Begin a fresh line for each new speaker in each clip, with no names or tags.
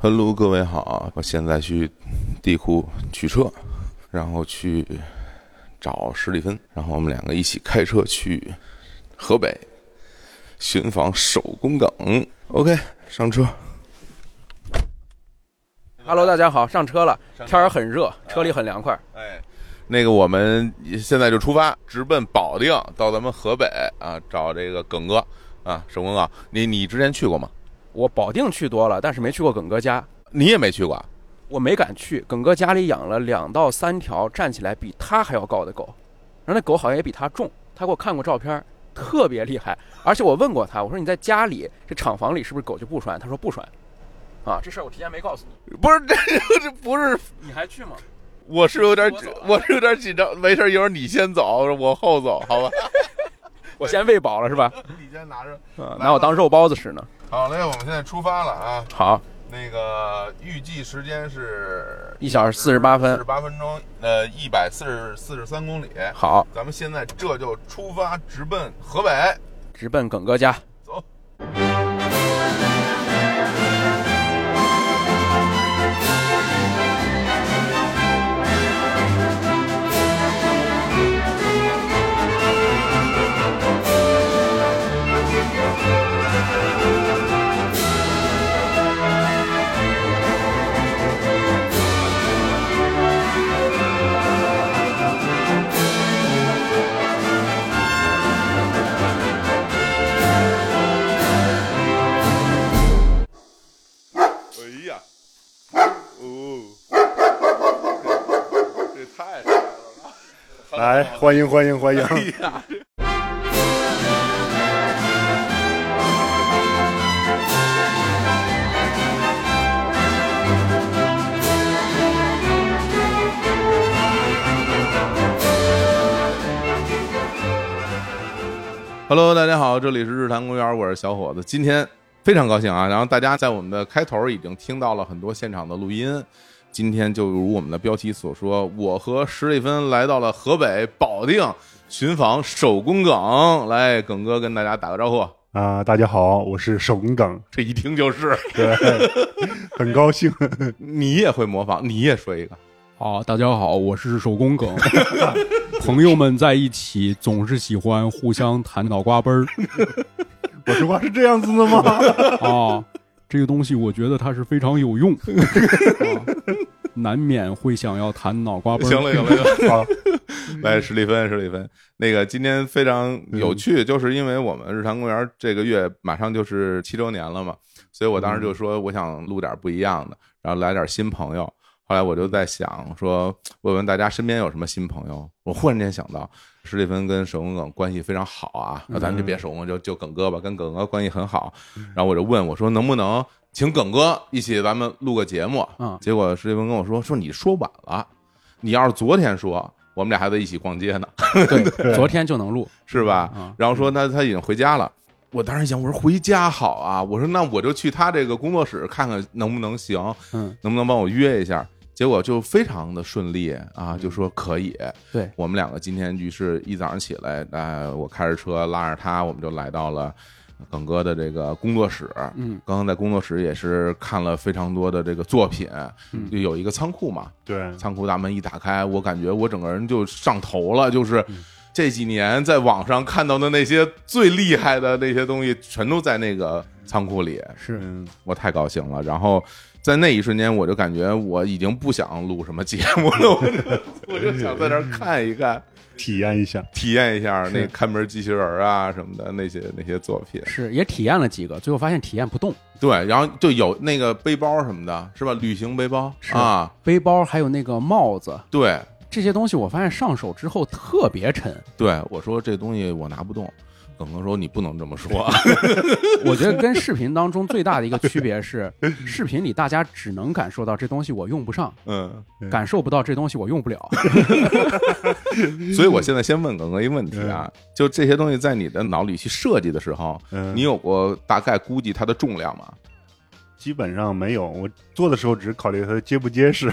Hello，各位好，我现在去地库取车，然后去找史蒂芬，然后我们两个一起开车去河北寻访首公梗。OK，上车。
Hello，大家好，上车啊了，天儿很热，车里很凉快。
哎，那个我们现在就出发，直奔保定，到咱们河北啊，找这个耿哥啊，首公梗。你你之前去过吗？
我保定去多了，但是没去过耿哥家，
你也没去过啊？
我没敢去。耿哥家里养了两到三条站起来比他还要高的狗，然后那狗好像也比他重，他给我看过照片，特别厉害。而且我问过他，我说你在家里这厂房里是不是狗就不拴？他说不拴。啊，这事儿我提前没告诉你，
不是，这 这这不是
你还去吗？
我是有点
我走了，
我是有点紧张。没事儿，一会儿你先走，我后走，好吧？
我先喂饱了是 吧？
你先拿着。
啊拿我当肉包子吃呢。
好嘞，我们现在出发了啊。
好，
那个预计时间是
一小时四十八
四
分
十。八分钟，呃，一百四十四十三公里。
好，
咱们现在这就出发，直奔河北，
直奔耿哥家。
走。哎呀，哦，这太帅了！
来，欢迎欢迎欢迎！
哎
Hello，大家好，这里是日坛公园，我是小伙子。今天非常高兴啊，然后大家在我们的开头已经听到了很多现场的录音。今天就如我们的标题所说，我和史蒂芬来到了河北保定寻访首公梗。来，耿哥跟大家打个招呼。
啊、大家好，我是手工梗，
这一听就是，
对， 很高兴。
你也会模仿，你也说一个。
好，哦大家好，我是手工梗。 朋友们在一起总是喜欢互相弹脑瓜崩儿
我说话是这样子的 吗？
啊，这个东西我觉得它是非常 有用，啊、难免会想要弹脑瓜崩。
行了，行了，行了。
好，
来，史蒂芬，史蒂芬，那个今天非常有趣，就是因为我们日坛公园这个月马上就是七周年了嘛，所以我当时就说我想录点不一样的，然后来点新朋友。后来我就在想说，问问大家身边有什么新朋友。我忽然间想到，史蒂芬跟手工梗关系非常好啊，那咱们就别手工，就就耿哥吧，跟耿哥关系很好。然后我就问我说，能不能请耿哥一起咱们录个节目？啊
嗯
结果史蒂芬跟我说，说你说晚了。你要是昨天说，我们俩还在一起逛街呢，
对，昨天就能录
是吧？
啊。
然后说他他已经回家了，我当时想，我说回家好啊，我说那我就去他这个工作室看看能不能行，
嗯，
能不能帮我约一下。结果就非常的顺利啊，就说可以。
嗯对
我们两个今天于是一早上起来，呃，我开着车拉着他，我们就来到了呃耿哥的这个工作室。
嗯，
刚刚在工作室也是看了非常多的这个作品，
嗯
就有一个仓库嘛，
对，
仓库大门一打开，我感觉我整个人就上头了，就是
嗯
这几年在网上看到的那些最厉害的那些东西，全都在那个仓库里，
是
嗯，
我太高兴了。然后在那一瞬间，我就感觉我已经不想录什么节目了，我就我就想在那儿看一看，
体验一下，
体验一下那
是
看门机器人儿啊什么的那些那些作品。
是，也体验了几个，最后发现体验不动，
对，然后就有那个背包什么的，是吧？旅行背包
是
啊，
背包还有那个帽子
对。
这些东西，我发现上手之后特别沉。
对，我说这东西我拿不动。耿哥说你不能这么说，
我觉得跟视频当中最大的一个区别 是，视频里大家只能感受到这东西我用不上，
嗯，
感受不到这东西我用不了。
所以我现在先问耿哥一个问题啊，就这些东西在你的脑里去设计的时候，
嗯，
你有过大概估计它的重量吗？
基本上没有，我做的时候只考虑它结不结实，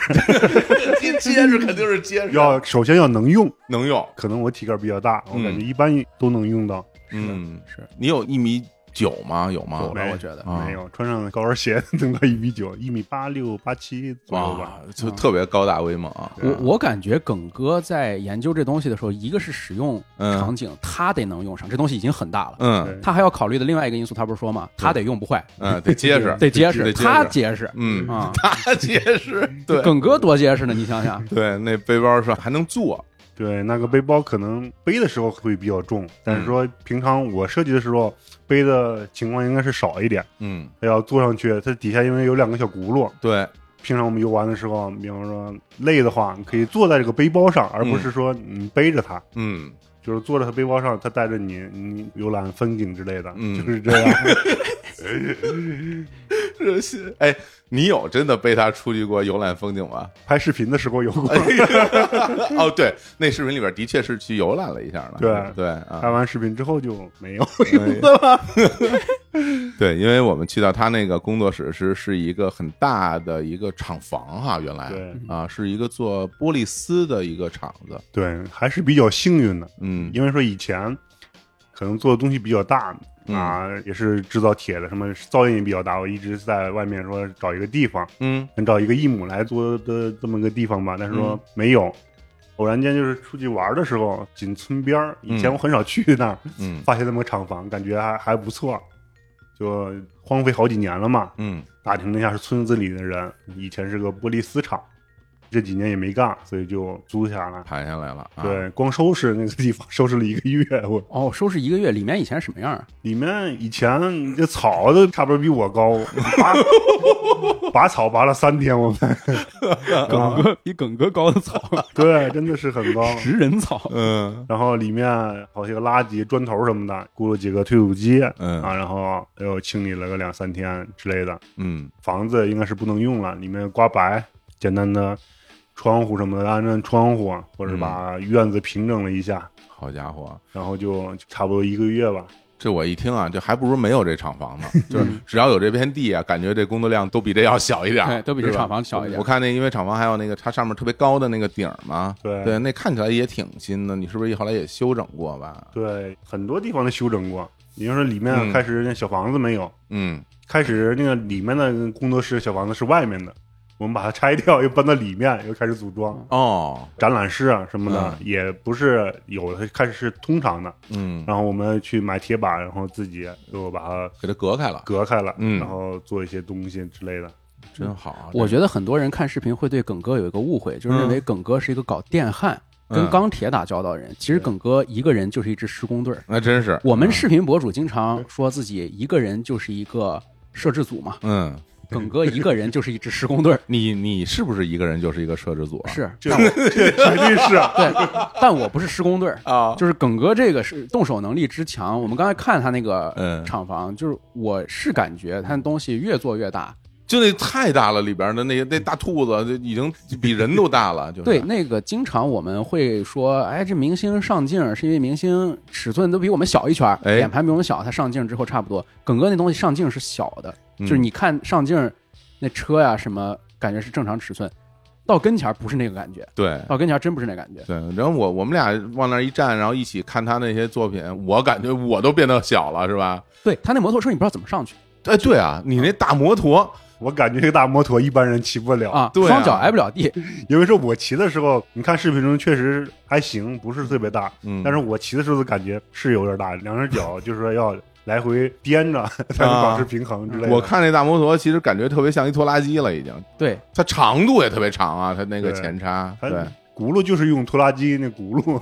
结实肯定是结
要首先要能用，
能用，
可能我体格比较大，我
嗯
感觉一般都能用到。
嗯，
是
你有一米九吗？有吗
有？吧？
没
我觉得
啊
没有穿上高跟鞋 能到一米九，一米八六八七左右吧
哇。，就特别高大威猛啊！
对
我
啊
我感觉耿哥在研究这东西的时候，一个是使用
嗯
场景，他得能用上，这东西已经很大了。
嗯
对
他还要考虑的另外一个因素，他不是说嘛，他得用不坏，
嗯，得结实，
得结
得
实，
结实
他结实
嗯，
啊。
他结实，对
耿哥多结实呢，你想 想，
对，那背包上还能坐，
对，那个背包可能背的时候会比较重，
嗯
但是说平常我设计的时候背的情况应该是少一点。
嗯，
它要坐上去，它底下因为有两个小轱辘。
对，
平常我们游玩的时候，比方说累的话，你可以坐在这个背包上，而不是说你背着它。
嗯，
就是坐在它背包上，它带着你，你游览风景之类的，
嗯
就是这样。
这是哎，你有真的被他出去过游览风景吗？
拍视频的时候有过，
哎 哦，对，那视频里边的确是去游览了一下了，
对
对
拍
啊，
完视频之后就没有。
对，因为我们去到他那个工作室是是一个很大的一个厂房哈，原来
对
啊是一个做玻璃丝的一个厂子，
对，还是比较幸运的，
嗯
因为说以前可能做的东西比较大
嗯
啊，也是制造铁的，什么噪音也比较大。我一直在外面说找一个地方，
嗯
想找一个一亩来做的这么个地方吧，但是说
嗯
没有。偶然间就是出去玩的时候，进村边儿，以前
嗯
我很少去那儿，
嗯
发现那么个厂房，感觉还还不错，就荒废好几年了嘛。
嗯
打听了一下，是村子里的人，以前是个玻璃丝厂，这几年也没干，所以就租下来。
盘下来了，啊，
对，光收拾那个地方 收拾了一个月，我
哦，收拾一个月，里面以前什么样啊？
里面以前这草都差不多比 我高，拔拔草拔了三天，我们
啊
耿哥比耿哥高的 草，
对，真的是很高。
食人草。
嗯
然后里面好些个垃圾、砖头什么的，雇了几个推土机啊，
嗯
然后又清理了个两三天之类的。
嗯
房子应该是不能用了，里面刮白，简单的窗户什么的安装窗户，或者
嗯
把院子平整了一下，
好家伙，
然后就就差不多一个月吧。
这我一听啊，这还不如没有这厂 房呢。就是只要有这片地啊，感觉这工作量都比这要小一点儿，
哎对，都比这
啊是吧
厂房小一点
我。看那因为厂房还有那个它上面特别高的那个顶儿嘛，
对
对，那看起来也挺新的。你是不是后来也修整过吧？
对，很多地方都修整过，你说里面
嗯
开始那小房子没有，
嗯，
开始那个里面的工作室小房子是外面的，我们把它拆掉，又搬到里面，又开始组装。
哦，
展览室啊什么的、也不是有的，开始是通常的。
嗯，
然后我们去买铁板，然后自己又把它
给它隔开了，
隔开了，
嗯
然后做一些东西 之类的。
真好嗯啊。
我觉
得
得很多人看视频会对耿哥有一个误会，就是认为耿哥是一个搞电焊、
嗯
跟钢铁打交道的人。其实耿哥一个人就是一支施工队儿。
那真是
我们视频博主经常说自己一个人就是一个摄制组嘛，
嗯，
耿哥一个人就是一支施工 队儿。
你你是不是一个人就是一个摄制组啊？
是，
这 这绝对是啊
对，但我不是施工队儿。
啊，
就是耿哥这个是动手能力之强，我们刚才看他那个
嗯
厂房，就是我是感觉他那东西越做越大，
就那太大了，里边的那那大兔子就已经比人都大 了，就是
对，啊那个经常我们会说，哎，这明星上镜儿是因为明星尺寸都比我们小一圈儿，
哎
脸盘比我们小，他上镜之后差不多。耿哥那东西上镜是小的，
嗯
就是你看上镜儿那车呀、什么，感觉是正常尺寸，到跟前儿不是那个感觉，
对。
到跟前儿真不是那感觉。
对，然后我我们俩往那儿一站，然后一起看他那些作品，我感觉我都变得小了，是吧？
对他那摩托车，你不知道怎么上去
哎，对啊，你那大摩托，
我感觉这个大摩托一般人骑不了
啊，
对啊
双脚挨不了地。
因为说我骑的时候，你看视频中确实还行，不是特别大，
嗯，
但是我骑的时候感觉是有点大，两只脚就是说要来回颠着 才能保持平衡之类
嗯
的。
我看那大摩托，其实感觉特别像一拖拉机了，已经。
对，
它长度也特别长啊，它那个
对
前叉，
它
对
轱辘就是用拖拉机那轱辘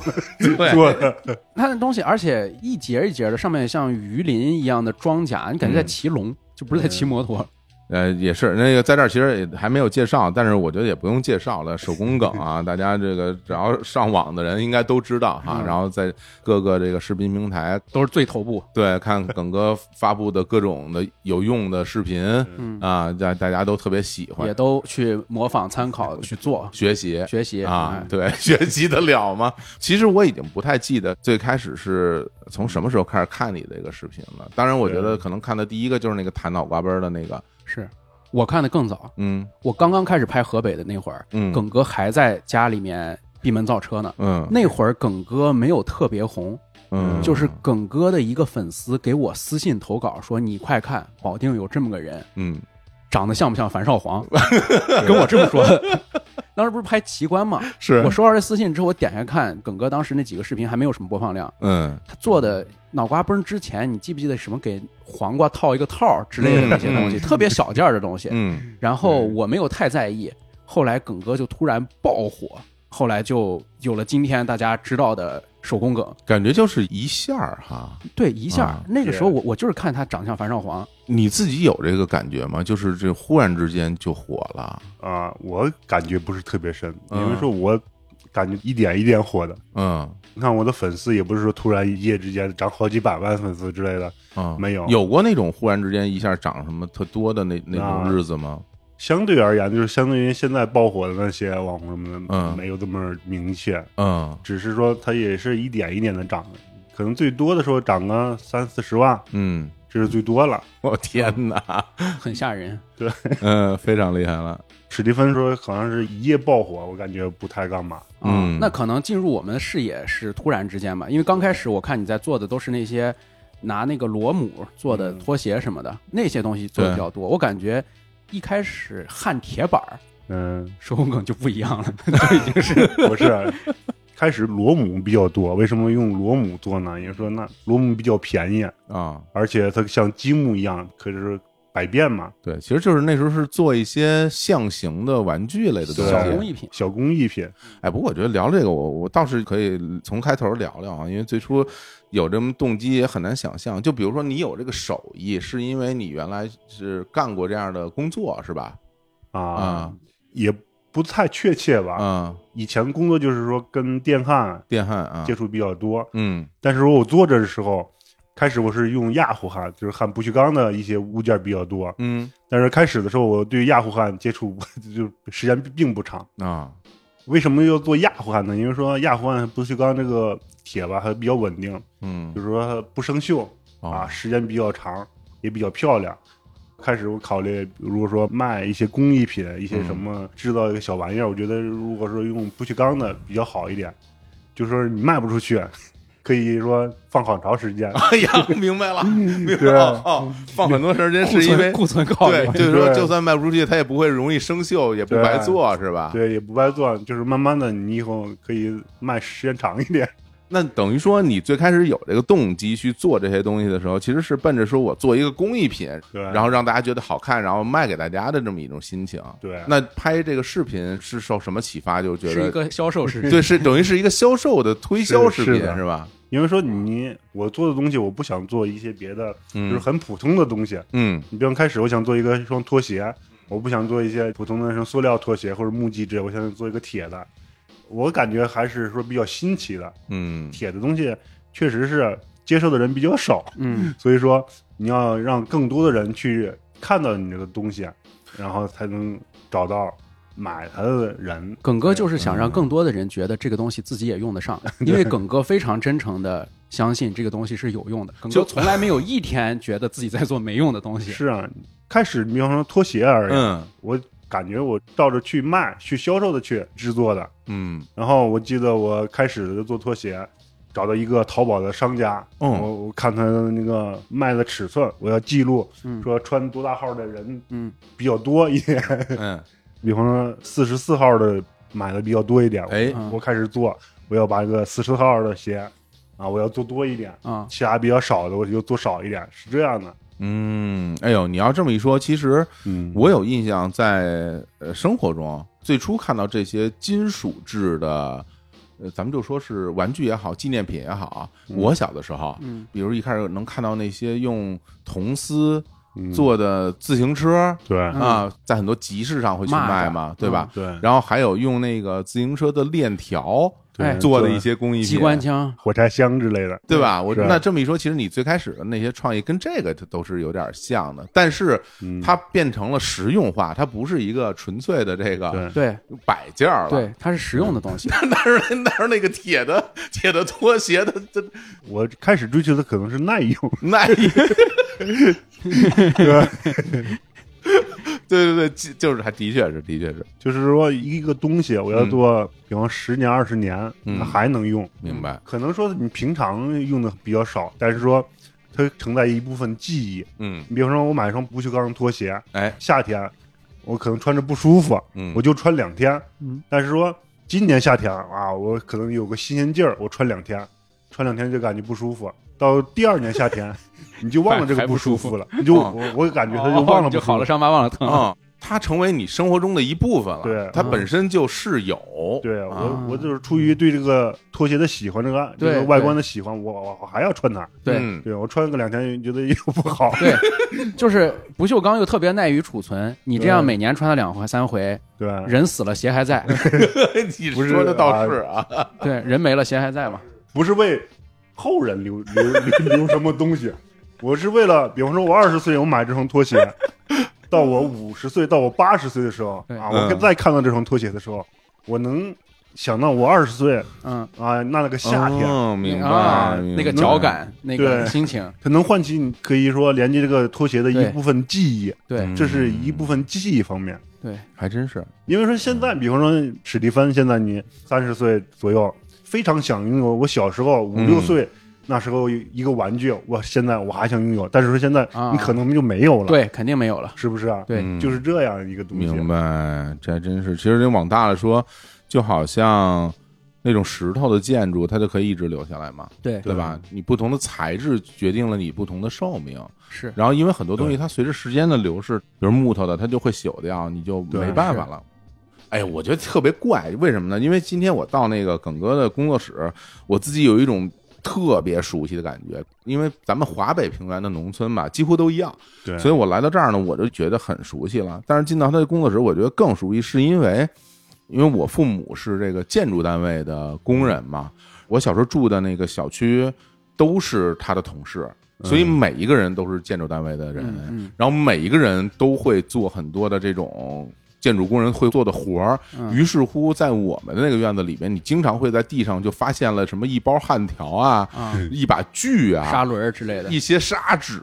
对，
做的，
他那东西，而且一节一节的，上面像鱼鳞一样的装甲，你感觉在
嗯
骑龙，就不是在骑摩托。
呃，也是那个在这儿其实也还没有介绍，但是我觉得也不用介绍了，手工梗啊，大家这个只要上网的人应该都知道哈。
嗯
然后在各个这个视频平台，
都是最头部，
对，看耿哥发布的各种的有用的视频
嗯，
啊，大大家都特别喜欢
也，都去模仿、参考、去做、
学习
学习
啊
哎，
对， 学习得了吗？其实我已经不太记得最开始是从什么时候开始看你的这个视频了。当然，我觉得可能看的第一个就是那个弹脑瓜崩儿的那个，
是我看的更早，
嗯
我刚刚开始拍河北的那会儿，
嗯
耿哥还在家里面闭门造车呢。
嗯
那会儿耿哥没有特别红，
嗯，
就是耿哥的一个粉丝给我私信投稿说：“你快看，保定有这么个人，
嗯
长得像不像樊 少皇？” 跟我这么说的。当时不是拍奇观嘛？
是
我收到这私信之后，我点开看，耿哥当时那几个视频还没有什么播放量。
嗯
他做的脑瓜崩之前，你记不记得什么给黄瓜套一个套儿之类的那些东西，
嗯嗯
特别小件儿的东西。
嗯
然后我没有太在意，后来耿哥就突然爆火，后来就有了今天大家知道的手工梗。
感觉就是一下儿哈。
对，一下、
啊
那个
是
时候我我就是看他长相樊少皇，
你自己有这个感觉吗？就是这忽然之间就火了，
啊，我感觉不是特别深，
嗯
因为说我感觉一点一点火的。
嗯
你看我的粉丝也不是说突然一夜之间涨好几百万粉丝之类的，
嗯，
没有
有过那种忽然之间一下涨什么特多的那那种日子吗？
相对而言，就是相对于现在爆火的那些网红什么的，
嗯
没有这么明确，
嗯
只是说它也是一点一点的涨，可能最多的时候涨个三四十万，
嗯，
这是最多了。
我天哪，
很吓人。
嗯，非常厉害了，
史蒂芬说好像是一夜爆火，我感觉不太干嘛。
啊
嗯
那可能进入我们的视野是突然之间吧，因为刚开始我看你在做的都是那些拿那个螺母做的
嗯
拖鞋什么的，那些东西做的比较多。我感觉一开始焊铁板儿
嗯，
手工梗就不一样了，就已经是
不是，开始螺母比较多，为什么用螺母做呢？也就是说那螺母比较便宜，
啊。
而且它像积木一样，可是百变嘛，
对，其实就是那时候是做一些象形的玩具类的东
对
小工
西。
艺品。
小工艺品。
哎，不过我觉得聊这个，我我倒是可以从开头聊聊啊，因为最初有这么动机也很难想象。就比如说你有这个手艺，是因为你原来是干过这样的工作是吧？
啊
啊，
也不太确切吧。
嗯，
以前工作就是说跟电焊
电焊啊
接，触比较多，
嗯
但是我做着的时候，开始我是用氩弧焊，就是焊不锈钢的一些物件比较多。
嗯
但是开始的时候，我对氩弧焊接触 就时间并不长。
啊，
为什么要做氩弧焊呢？因为说氩弧焊不锈钢这个铁吧，还比较稳定，
嗯
就是说它不生锈啊，
啊。
时间比较长，也比较漂亮。开始我考虑，如果说卖一些工艺品，一些什么制造一个小玩意儿，我觉得如果说用不锈钢的比较好一点，就是说你卖不出去，可以说放好长时间
哎呀，明白了，明白
对
了。 哦，放很多时间是因为
库存库存考虑
对，就是说
对
就算卖不出去，它也不会容易生锈，也不白
对
做是吧？
对，也不白做，就是慢慢的，你以后可以卖时间长一点。
那等于说，你最开始有这个动机去做这些东西的时候，其实是奔着说我做一个工艺品，
对
然后让大家觉得好看，然后卖给大家的这么一种心情。
对
那拍这个视频是受什么启发？就觉
是一
得
个销售是
对，是等于是一个销售的推销视频
是的
是吧？
因为说你我做的东西，我不想做一些别的，就是
嗯
很普通的东西。
嗯
你比方开始，我想做一个一双拖鞋，我不想做一些普通的什么塑料拖鞋或者木屐之类，我想做一个铁的。我感觉还是说比较新奇的，
嗯
铁的东西确实是接受的人比较少，
嗯，
所以说你要让更多的人去看到你这个东西，然后才能找到买它的人。
耿哥就是想让更多的人觉得这个东西自己也用得上，
嗯
因为耿哥非常真诚的相信这个东西是有 用的。耿哥
就
从来没有一天觉得自己在做没用的东西。
是啊，开始你比方说拖鞋而言，
嗯
我感觉我照着去卖、去销售的去制作的，
嗯
然后我记得我开始做拖鞋，找到一个淘宝的商家，
嗯
我我看他那个卖的尺寸，我要记录，
嗯
说穿多大号的人
嗯
比较多一点，
嗯，
比方说四十四号的买的比较多一点，
哎
嗯
我开始做，我要把这个四十号的鞋啊，我要做多一点，
啊，
其他比较少的我就做少一点，是这样的，
嗯，哎呦，你要这么一说，其实
嗯
我有印象在，呃生活中最初看到这些金属制的，呃，咱们就说是玩具也好，纪念品也好啊，我小的时候，
嗯
比如一开始能看到那些用铜丝
嗯
做的自行车、
嗯对
啊，在很多集市上会去卖嘛，对吧？
嗯
对，
然后还有用那个自行车的链条
哎
做的一些工艺品，
机关枪，
火柴箱之类的，
对吧？我
是
那这么一说，其实你最开始的那些创意跟这个它都是有点像的，但是
嗯
它变成了实用化，它不是一个纯粹的这个
对
对
摆件儿了。，
对，它是实用的东 西。
但是但是那个铁的铁的拖鞋的这
我开始追求的可能是耐用，
耐力，
对吧？
对对对，就就是还的确是，的确是，
就是说一个东西我要
嗯
做，比方十年二十年，
嗯
它还能用。
明白。
可能说你平常用的比较少，但是说它承载一部分记忆。
嗯
你比方说，我买一双不锈钢拖鞋，
哎，
夏天我可能穿着不舒服，
嗯，
我就穿两天。
嗯
但是说今年夏天啊，我可能有个新鲜劲儿，我穿两天，穿两天就感觉不舒服。到第二年 夏天，你就忘了这
还
个
不
不
舒
舒
服
服了，你就
哦
我我感觉它就忘了
哦
不舒
就
服
好了，伤疤忘了疼。
啊，它成为你生活中的一部分了。
对
它
嗯
本身就是有。
对
啊
我，我就是出于对这个拖鞋的喜欢，这个这
对
个外观的喜欢，我我还要穿它。
对
嗯
对我穿个两天觉得又不好，
对，就是不锈钢又特别耐于储存，你这样每年穿它两回三回，
对
嗯
吧，
人死了鞋 还在，
你
不是
说的倒是啊，
对，人没了鞋还在嘛，
不是为后人留留留留什么东西，我是为了，比方说我二十岁我买这双拖鞋，到我五十岁到我八十岁的时候
对
啊，
嗯
我再看到这双拖鞋的时候，我能想到我二十岁
嗯，
啊那个夏天，
哦明
啊
白明白
那个脚感，那个
对
心情，
它能唤起你可以说连接这个拖鞋的一
对
部分记忆，
对
嗯
这是一部分记忆方面。
对，
还真是。
因为说现在，比方说史蒂芬，现在你三十岁左右，非常想拥有我小时候五
嗯
六岁、那时候一个玩具，我现在我还想拥有，但是说现在
啊
你可能就没有了，，
对，肯定没有了，
是不是啊？
对
嗯
就是这样一个东西。
明白，这还真是。其实你往大了说，就好像那种石头的建筑，它就可以一直留下来嘛，
对
对吧？你不同的材质决定了你不同的寿命。
是，
然后，因为很多东西它随着时间的流逝，比如木头的，它就会朽掉，你就
对
没办法了。哎呀，我觉得特别怪，为什么呢？因为今天我到那个耿哥的工作室，我自己有一种特别熟悉的感觉，因为咱们华北平原的农村吧，几乎都一样。
对，
所以我来到这儿呢，我就觉得很熟悉了。但是进到他的工作室，我觉得更熟悉，是因为因为我父母是这个建筑单位的工人嘛，我小时候住的那个小区都是他的同事，所以每一个人都是建筑单位的人，
嗯嗯
然后每一个人都会做很多的这种。建筑工人会做的活儿，
嗯
于是乎，在我们的那个院子里边，你经常会在地上就发现了什么一包焊条啊、
啊，
一把锯
砂
啊、
轮儿之类的，
一些砂纸，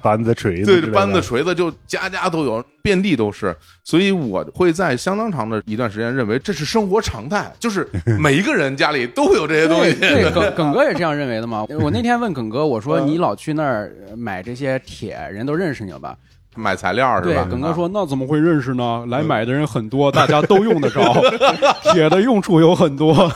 扳子、锤子之
对
类的，
扳 子、锤子就家家都有，遍地都是。所以我会在相当长的一段时间认为这是生活常态， 就是每一个人家里都会有这些东西。
对，耿耿哥也这样认为的嘛。我那天问耿哥，我说
嗯
你老去那儿呃买这些铁，人都认识你了吧？
买材料是
对
吧？，啊
耿哥说，
那怎么会认识呢？
嗯
来买的人很多，大家都用得 着，铁的用处有很多。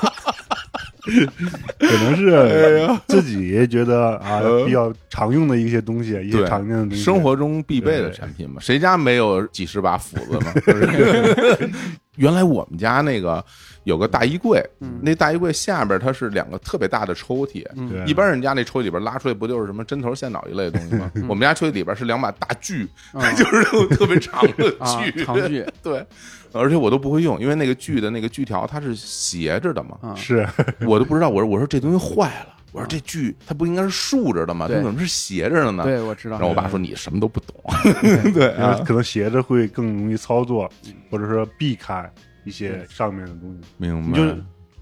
可能
哎
是自己觉得啊比较常用的一些东西，一
嗯
些
对
常见的东西。
生活中必备的产品嘛，谁家没有几十把斧子呢？ 是不 是原来我们家那个有个大衣柜，
嗯
那大衣柜下边它是两个特别大的抽屉，
对
一般人家那抽屉里边拉出来不就是什么针头线脑一类的东西 吗？我们家抽屉里边是两把大锯，
嗯
就是那种特别长的
啊
锯，，
长锯
对，而且我都不会用，因为那个锯的那个锯条它是斜着的嘛，
啊，
是
我都不知道。我说我说这东西坏了，我说
啊
这锯它不应该是竖着的吗？它
对
怎么是斜着的呢？
对我知道
然后。我爸说你什么都 不懂， 对
然后
啊，
可能斜着会更容易操作，或者说避开一些上面的东西。
明
你
白
就。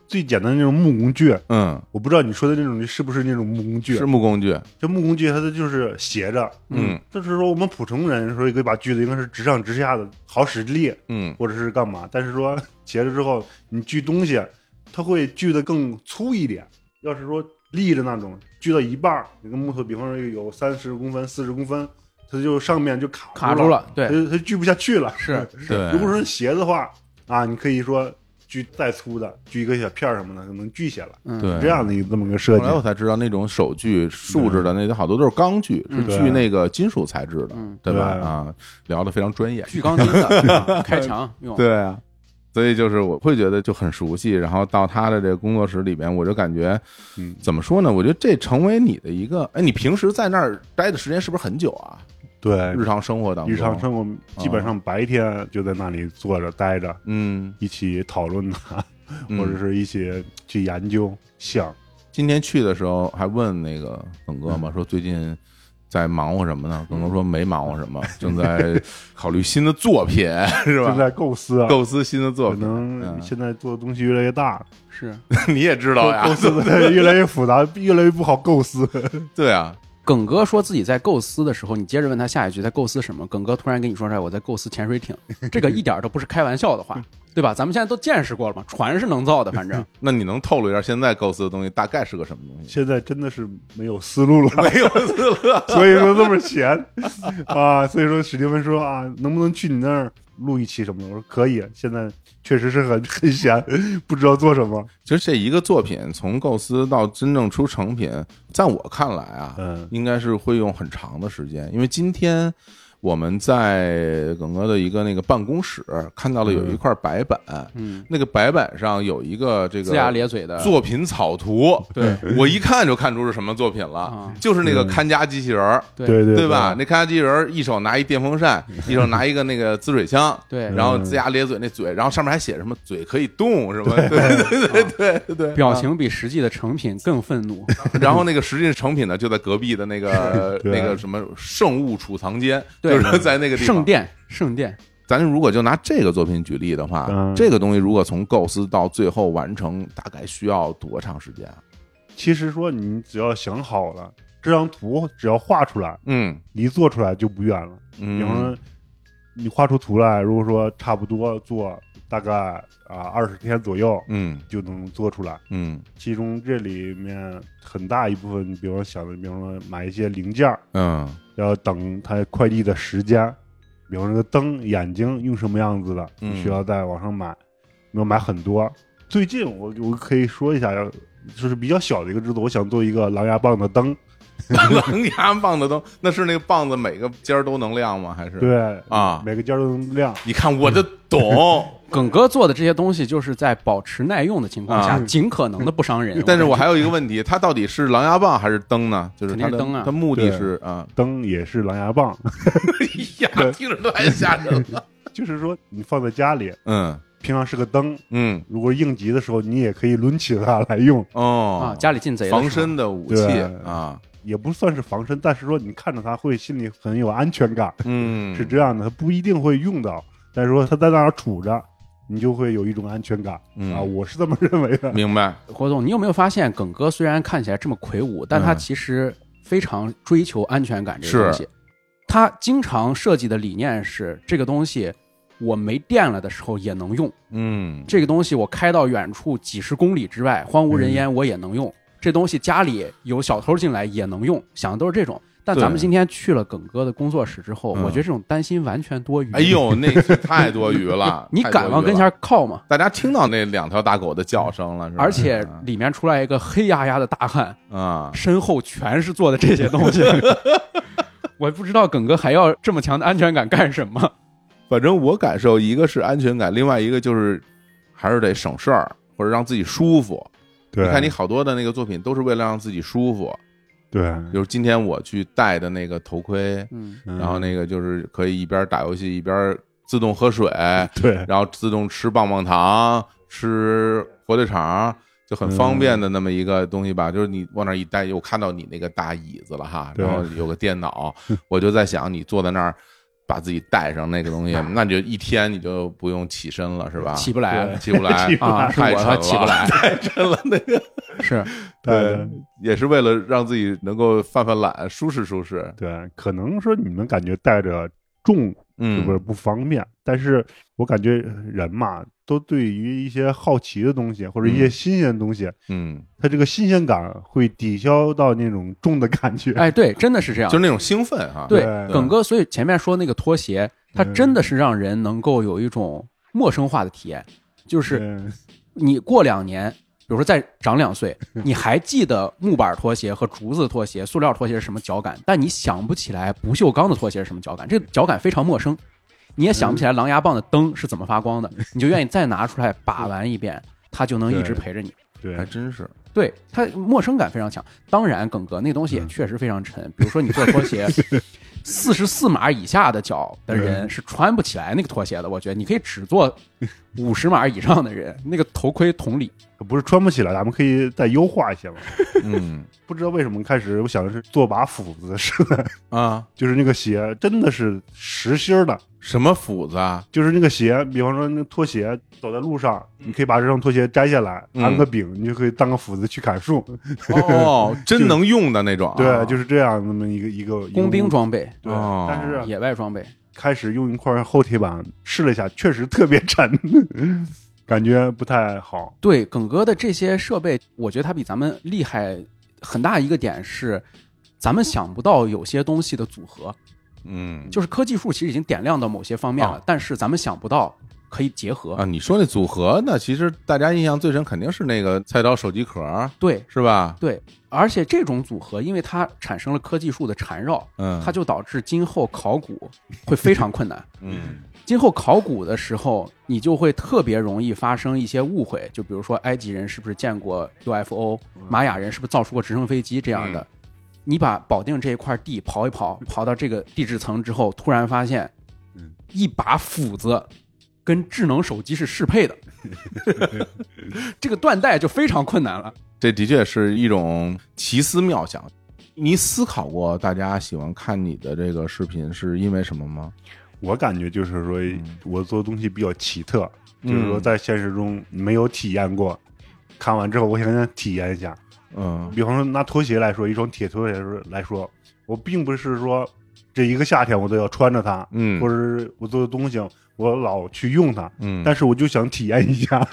最简单的那种木工锯，
嗯，
我不知道你说的那种是不是那种木工锯
是？木工具，
这木工锯它的就是斜着，
嗯，
就是说我们普通人说一个把锯子应该是直上直下的，好使力
嗯，
或者是干嘛，但是说斜着之后你锯东西，它会锯得更粗一点。要是说立着那种锯到一半儿，那个木头，比方说有三十公分、四十公分，它就上面就卡
卡
住
住，了，
它
对，
就它锯不下去了。
是
对
如果说斜的话啊，你可以说锯再粗的，锯一个小片儿什么的，能锯下来。
嗯，
对
这。样的一个这么个设
后来我
计。嗯
才知道，那种手锯竖着的那好多都是钢锯，是
嗯
锯那个金属材质的
嗯，
对吧？
对
啊，聊得非常专业。
锯钢 筋的啊开墙用，
对啊，所以就是我会觉得就很熟悉，然后到他的这个工作室里边，我就感觉，
嗯
怎么说呢？我觉得这成为你的一个，哎，你平时在那儿待的时间是不是很久啊？
对，
日常生活啊当中，
哎日常生活基本上白天就在那里坐着待着，
嗯，
一起讨论啊，
嗯，
或者是一起去研究想。
今天去的时候还问那个耿哥
嗯
嘛，说最近。在忙活什么呢？耿哥说没忙活什么，正在考虑新的作品，是
正
吧？
在构思啊，
构思新的作
可
品，
能
嗯
现在做的东西越来越大，
是
你也知道呀
构，思的越来越复杂，越来越不好构思。
对啊，
梗哥说自己在构思的时候，你接着问他下一句在构思什么，梗哥突然跟你说出来，我在构思潜 水艇，这个一点都不是开玩笑的话，对吧？咱们现在都见识过了嘛，船是能造 的，反正
那你能透露一下现在构思的东西大概是个什么 东西？
现在真的是没有思路了，
没有思路，
所以说这么闲 啊，所以说史蒂芬说啊，能不能去你那儿录一期什么的？我说可以，现在确实是很很闲， 不知道做什么。
其实这一个作品从构思到真正出成品，在我看来啊，
嗯
应该是会用很长的时间，因为今天。我们在耿哥的一个那个办公室看到了有一块白板，
嗯，
那个白板上有一个这个呃
龇牙咧嘴的
作品草图，对我一看就看出是什么作品了
啊，
就是那个看家机器人儿，
对
对对
嗯对吧？？那看家机器人儿一手拿一电风 扇，一手拿一个那个滋水枪，
对
然后龇牙咧嘴那嘴，然后上面还写什么嘴可以动什么，对对对对对对，
表情比实际的成品更愤 怒，
然后那个实际成品呢，就在隔壁的那个
对
那个什么圣物储藏间，
对
就是在那个地方
圣。殿，圣殿，
咱如果就拿这个作品举例的话，
嗯
这个东西如果从构思到最后完成，大概需要多长时间啊？
其实说你只要想好了，这张图只要画出来，
嗯
离做出来就不远了。比方
嗯
说，你画出图来，如果说差不多做大概啊二十天左右
嗯
就能做出来。
嗯
其中这里面很大一部分，你比方想的，比方说买一些零件儿，
嗯
要等它快递的时间，比方说这个灯、眼睛用什么样子的，
嗯
你需要在网上买，要买很多。最近我我可以说一下，就是比较小的一个制作，我想做一个狼牙棒的灯，
狼牙棒的灯，那是那个棒子每个尖儿都能亮吗？还是
对，
啊？
每个尖儿都能亮，
你看我就懂，
耿哥做的这些东西就是在保持耐用的情况下，
啊
尽可能的不伤人。
但是我还有一个问题，它到底是狼牙棒还是灯呢？就是它
肯
的
定是灯啊
它目的
对
是啊，
灯也是狼牙棒，
哎呀，听着太吓人了。
就是说你放在家里，
嗯
平常是个灯，
嗯
如果应急的时候，你也可以抡起它来用，
哦
啊，家里进贼了
防
是吗
身的武器
对
啊，
也不算是防身，但是说你看着它会心里很有安全感。
嗯，
是这样的，他不一定会用到，但是说他在那儿杵着，你就会有一种安全感、
嗯
啊，我是这么认为的。
明白，
活动，你有没有发现，耿哥虽然看起来这么魁梧，但他
嗯
其实非常追求安全感这个东西。他经常设计的理念是，这个东西我没电了的时候也能用，
嗯
这个东西我开到远处几十公里之外，荒无人烟
嗯
我也能用，这东西家里有小偷进来也能用，想的都是这种。但
对
咱们今天去了耿哥的工作室之后，
嗯
我觉得这种担心完全多余。，
哎，呦，那是太多余了
你
太多余
敢往跟前
了？
靠吗？
大家听到那两条大狗的叫声了，是吧？
而且
嗯
里面出来一个黑压压的大汉，
啊，
身后全是做的这 些东西。我不知道耿哥还要这么强的安全感干什么？
反正我感受一个是安全感，另外一个就是还是得省事儿，或者让自己舒服。
对，
你看你好多的那个作品都是为了让自己舒服，
对，
比如今天我去戴的那个头盔，
嗯，
嗯
然后那个就是可以一边打游戏一边自动喝水，
对
然后自动吃棒棒糖、吃火腿肠，就
嗯
很方便的那么一个东西吧。就是你往那儿一待，我看到你那个大椅子了哈，
对
然后有个电 脑，我就在想，你坐在那儿把自己带上那个东西，那你就一天你就不用起身了，是吧？
起不来了
起不 来
起不
啊，是
太
我
沉
他
了，
起 不来，
太沉了。那个
是
对
也是为了让自己能够犯犯懒，舒适舒适。
对，可能说你们感觉带着重是
嗯，
不是不方便？但是我感觉人嘛，都对于一些好奇的东西或者一些
嗯
新鲜的东西，
嗯，
它这个新鲜感会抵消到那种重的感 觉。
哎，对，真的是这样
就是。那种兴奋哈。
对
对，
耿哥，所以前面说那个拖鞋，它
嗯
真的是让人能够有一种陌生化的体验，就是
嗯
你过两年，比如说再长两岁，你还记得木板拖鞋和竹子拖鞋、塑料拖鞋是什么脚感，但你想不起来不锈钢的拖鞋是什么脚感，这个脚感非常陌生，你也想不起来狼牙棒的灯是怎么发光的，你就愿意再拿出来把玩一遍，它就能一直陪着你。
对
还，真是。
对它陌生感非常强，当然耿哥那东西也确实非常沉。比如说你做拖鞋，四十四码以下的脚的人是穿不起来那个拖鞋的。我觉得你可以只做五十码以上的人，那个头盔同理，
不是穿不起来，咱们可以再优化一些嘛。
嗯
不知道为什么开始我想的是做把斧子似的，
啊，
就是那个鞋真的是实心儿的，
什么斧子啊？
就是那个鞋，比方说那拖鞋，走在路上，你可以把这双拖鞋摘下来，
嗯
安个柄，你就可以当个斧子去砍树。
哦，真能用的那种啊。
对，就是这样那么一个一个
工兵。装备、
一个对，
哦
但是
野外装备，
开始用一块厚铁板试了一下，确实特别沉， 感觉不太好。
对耿哥的这些设备，我觉得他比咱们厉害很大一个点是，咱们想不到有些东西的组合，
嗯，
就是科技树其实已经点亮到某些方面了，
啊
但是咱们想不到可以结合。
啊，你说那组合呢？其实大家印象最深肯定是那个菜刀手机壳儿，
对
是吧？
对，而且这种组合，因为它产生了科技树的缠绕，
嗯，
它就导致今后考古会非常困难。
嗯
今后考古的时候，你就会特别容易发生一些误会，就比如说埃及人是不是见过 UFO，玛
嗯
雅人是不是造出过直升飞机这样的。你把保定这一块地刨一刨，刨到这个地质层之后，突然发现
嗯，
一把斧子跟智能手机是适配 的，这个断代就非常困难了。
这的确是一种奇思妙想。你思考过大家喜欢看你的这个视频是因为什么吗？
我感觉就是说，我做东西比较奇特，
嗯
就是说在现实中没有体验过。看完之后，我想体验一下。
嗯
比方说拿拖鞋来说，一双铁拖鞋来说来说，我并不是说这一个夏天我都要穿着它，
嗯
或者是我做的东西我老去用它，
嗯，
但
是
是我就想体验一 下。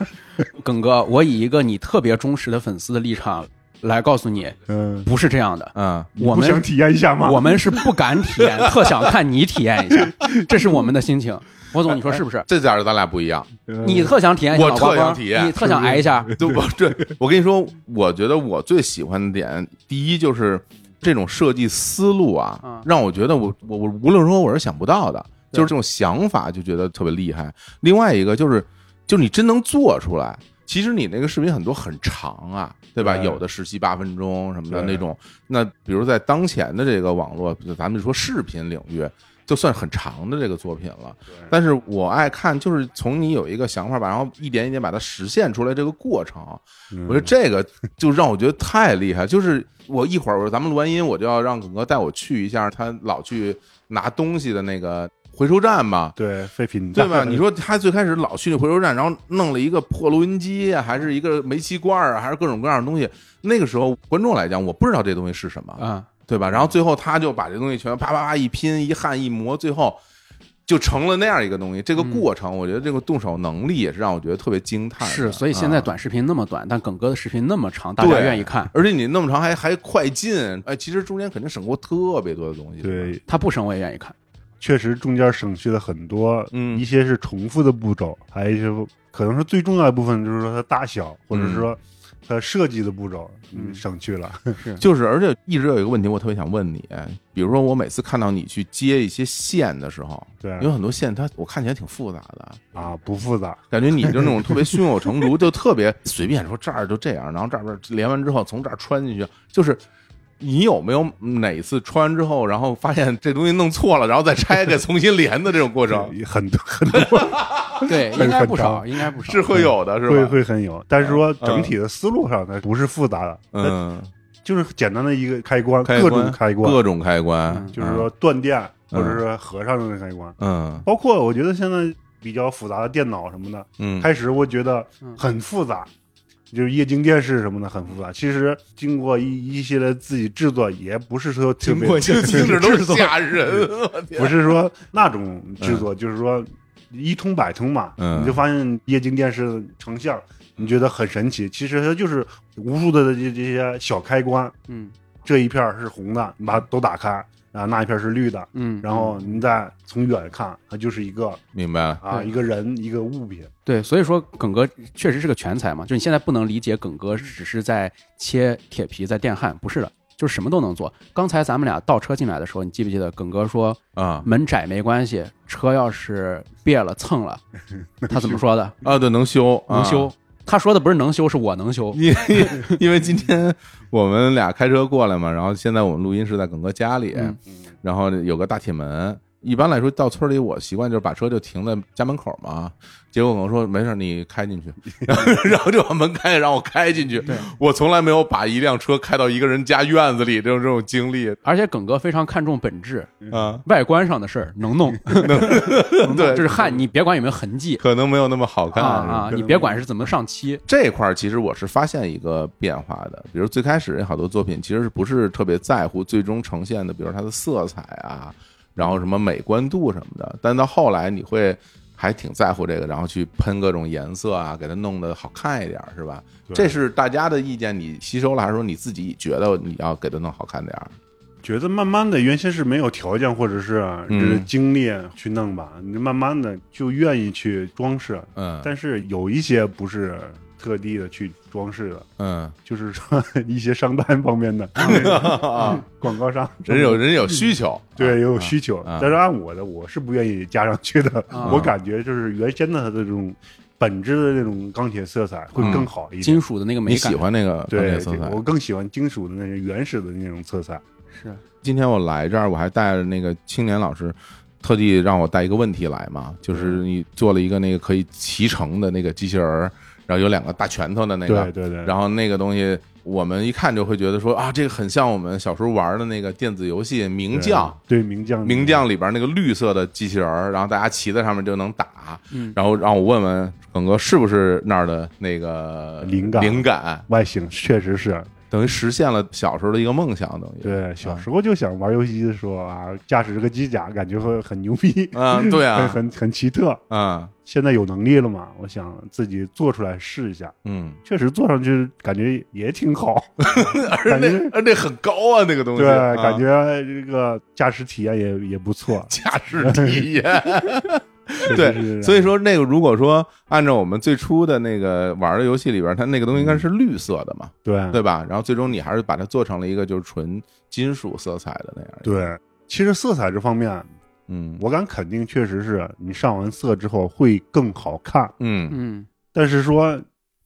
耿哥，我以一个你特别忠实的粉丝的立场来告诉你，
嗯，
不是这样的。
嗯
我
不
们
想体验一下吗？
我们是不敢体验，特想看你体验一下，这是我们的心情。博总，你说是不是？
这点儿咱俩不一样。
嗯
你特想体验一下
我
脑瓜
特想
光
体验
你特想挨一下，
对不？对，我跟你说，我觉得我最喜欢的点，第一就是这种设计思路啊
嗯，
让我觉得我我我无论如何我是想不到的，
对
就是这种想法就觉得特别厉害。另外一个就是，就是你真能做出来。其实你那个视频很多很长啊，对吧？
对
有的十七八分钟什么的
对
那种。那比如在当前的这个网络，咱们就说视频领域，就算很长的这个作品了。但是我爱看，就是从你有一个想法吧，然后一点一点把它实现出来这个过程，
嗯
我觉得这个就让我觉得太厉害。就是我一会儿我说咱们录完音，我就要让耿哥带我去一下他老去拿东西的那个回收站嘛。
对废 品
对吧？你说他最开始老去那回收站，然后弄了一个破录音机啊，还是一个煤气罐啊，还是各种各样的东西。那个时候观众来讲，我不知道这东西是什么，
啊，
对吧？然后最后他就把这东西全啪啪啪一拼一焊一磨，最后就成了那样一个东西。这个
嗯
过程，我觉得这个动手能力也是让我觉得特别惊叹的。
是。所以现在
啊
短视频那么短，但耿哥的视频那么长，大家
对
愿意看。
而且你那么长还还快进，哎，其实中间肯定省过特别多的东西。
对，
他不省我也愿意看。
确实中间省去了很多，
嗯
一些是重复的步骤，还有一些可能是最重要的部分，就是说它大小，或
嗯
者是说它设计的步骤，嗯，省去了。
就是而且一直有一个问题，我特别想问你，哎比如说我每次看到你去接一些线的时候，
对
有很多线它我看起来挺复杂的，
啊，不复杂，
感觉你就那种特别胸有成竹，就特别随便说这儿就这样，然后这边连完之后从这儿穿进去，就是你有没有哪次穿完之后，然后发现这东西弄错了，然后再拆开重新连的这种过程，
对很多很多
对，应该不少，应该不少。
是会有的，是吧？
会会很有，但是说
嗯
整体的思路上它不是复杂的，它
嗯，
就是简单的一个开关，
开
各
关
种开关，
各种开关，
嗯
就是说断电、
嗯
或者是合上的那个开关，
嗯，
包括我觉得现在比较复杂的电脑什么的，
嗯
开始我觉得
嗯
很复杂，就是液晶电视什么的很复杂。其实经过一一系列自己制作，也不是说特别，
就听着都吓人，我天
不是 说
嗯
那种制作，就是说一通百通嘛。
嗯
你就发现液晶电视成像，你觉得很神奇，其实它就是无数的这这些小开关，
嗯
这一片儿是红的，你把它都打开，啊，那一片儿是绿的。
嗯，
然后你再从远看，它就是一个
明白了，
啊，
对
一个人，一个物品，
对，所以说耿哥确实是个全才嘛，就你现在不能理解耿哥只是在切铁皮在电焊，不是的，就是什么都能做。刚才咱们俩倒车进来的时候，你记不记得耿哥说
啊
门窄没关系，车要是别了蹭 了，他怎么说的？
啊，对，能修，
能修。他说的不是能修，是我能修。
因为 因为今天我们俩开车过来嘛，然后现在我们录音是在耿哥家里，
嗯
然后有个大铁门，一般来说，到村里我习惯就是把车就停在家门口嘛。结果我说没事，你开进去，然后就把门开，让我开进去。我从来没有把一辆车开到一个人家院子里这种这种经历
而且耿哥非常看重本质，
啊，
外观上的事儿能弄， 能 弄
对
就是汉，你别管有没有痕迹
可能没有那么好
啊
看
啊，
是吧
你别管是怎么上漆，
这块儿其实我是发现一个变化的，比如最开始有好多作品其实是不是特别在乎最终呈现的，比如它的色彩啊，然后什么美观度什么的，但到后来你会还挺在乎这个，然后去喷各种颜色啊，给它弄得好看一点儿，是吧？
对
这是大家的意见，你吸收了还是说你自己觉得你要给它弄好看点儿？
觉得慢慢的，原先是没有条件或者是这
嗯
个精力去弄吧，你慢慢的就愿意去装饰，
嗯
但是有一些不是特地的去装饰的，
嗯，
就是说一些商单 方面的广告商，
啊人有人有需求，
对也有需求
啊啊，
但是按我的，我是不愿意加上去的
啊，
我感觉就是原先的它的这种本质的那种钢铁色彩会更好一点。
金属的那个美
你
感
喜。欢那个嗯钢
对
铁，色彩
我更喜欢金属的那些原始的那种色彩。
是
今天我来这儿，我还带着那个青年老师，特地让我带一个问题来嘛，就是你做了一个那个可以骑乘的那个机器人儿，然后有两个大拳头的那
对
个，
对对，
然后那个东西我们一看就会觉得说啊，这个很像我们小时候玩的那个电子游戏《名将》。
对名将
名将里边那个绿色的机器人儿，然后大家骑在上面就能打，
嗯
然后让我问问耿哥是不是那儿的那个
灵感
灵感
外形确实是
等于实现了小时候的一个梦想，等于
对，小时候就想玩游戏的时候啊，驾驶这个机甲感觉会很牛逼，
啊，对
很
啊，
很很奇特。
嗯
现在有能力了嘛，我想自己做出来试一下，
嗯，
确实做上去感觉也挺好，
而
感
那
觉
而那很高啊，那个东西，
对，
啊。
感觉这个驾驶体验也也不错
驾驶体验。
确实
对，
是
所以说那个如果说按照我们最初的那个玩的游戏里边，它那个东西应该是绿色的嘛，
对
对吧？然后最终你还是把它做成了一个就是纯金属色彩的那样。，
对，其实色彩这方面，
嗯，
我敢肯定，确实是你上完色之后会更好看。
嗯
嗯，
但是说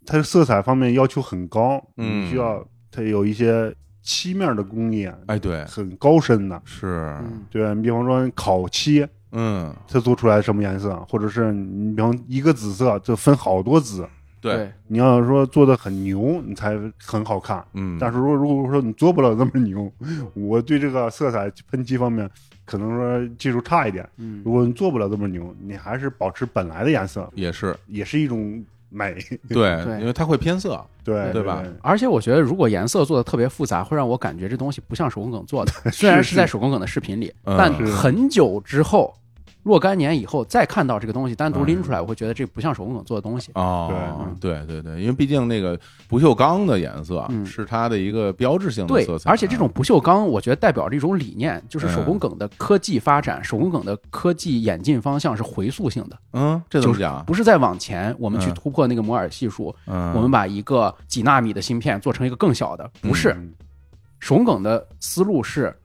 它色彩方面要求很高，
嗯
你需要它有一些漆面的工艺啊，
哎，对，
很高深的。
是，
嗯
对，你比方说烤漆，
嗯，
它做出来什么颜色，或者是你比方一个紫色就分好多紫，
对，，
你要说做的很牛，你才很好看。
嗯，
但是如果如果说你做不了那么牛， 我对这个色彩喷漆方面可能说技术差一点。
嗯
如，果你做不了这么牛，你还是保持本来的颜色，
也是
也是一种美，
对，
对
因为它会偏色，
对
对吧
而且我觉得，如果颜色做的特别复杂，会让我感觉这东西不像手工梗做的。虽然是在手工梗的视频里，
嗯
但
是
很久之后，若干年以后再看到这个东西单独
嗯
拎出来，我会觉得这不像手工梗做的东西。
哦，
对
对对对，因为毕竟那个不锈钢的颜色
嗯
是它的一个标志性的
对
色，彩，啊
而且这种不锈钢，我觉得代表着一种理念，就是手工梗的科技发展，手工梗的科技演进方向是回溯性的，
嗯，这怎么讲？
不是在往前我们去
嗯
突破那个摩尔系数，
嗯，
我们把一个几纳米的芯片做成一个更小的，不是。
嗯
手工梗的思路是。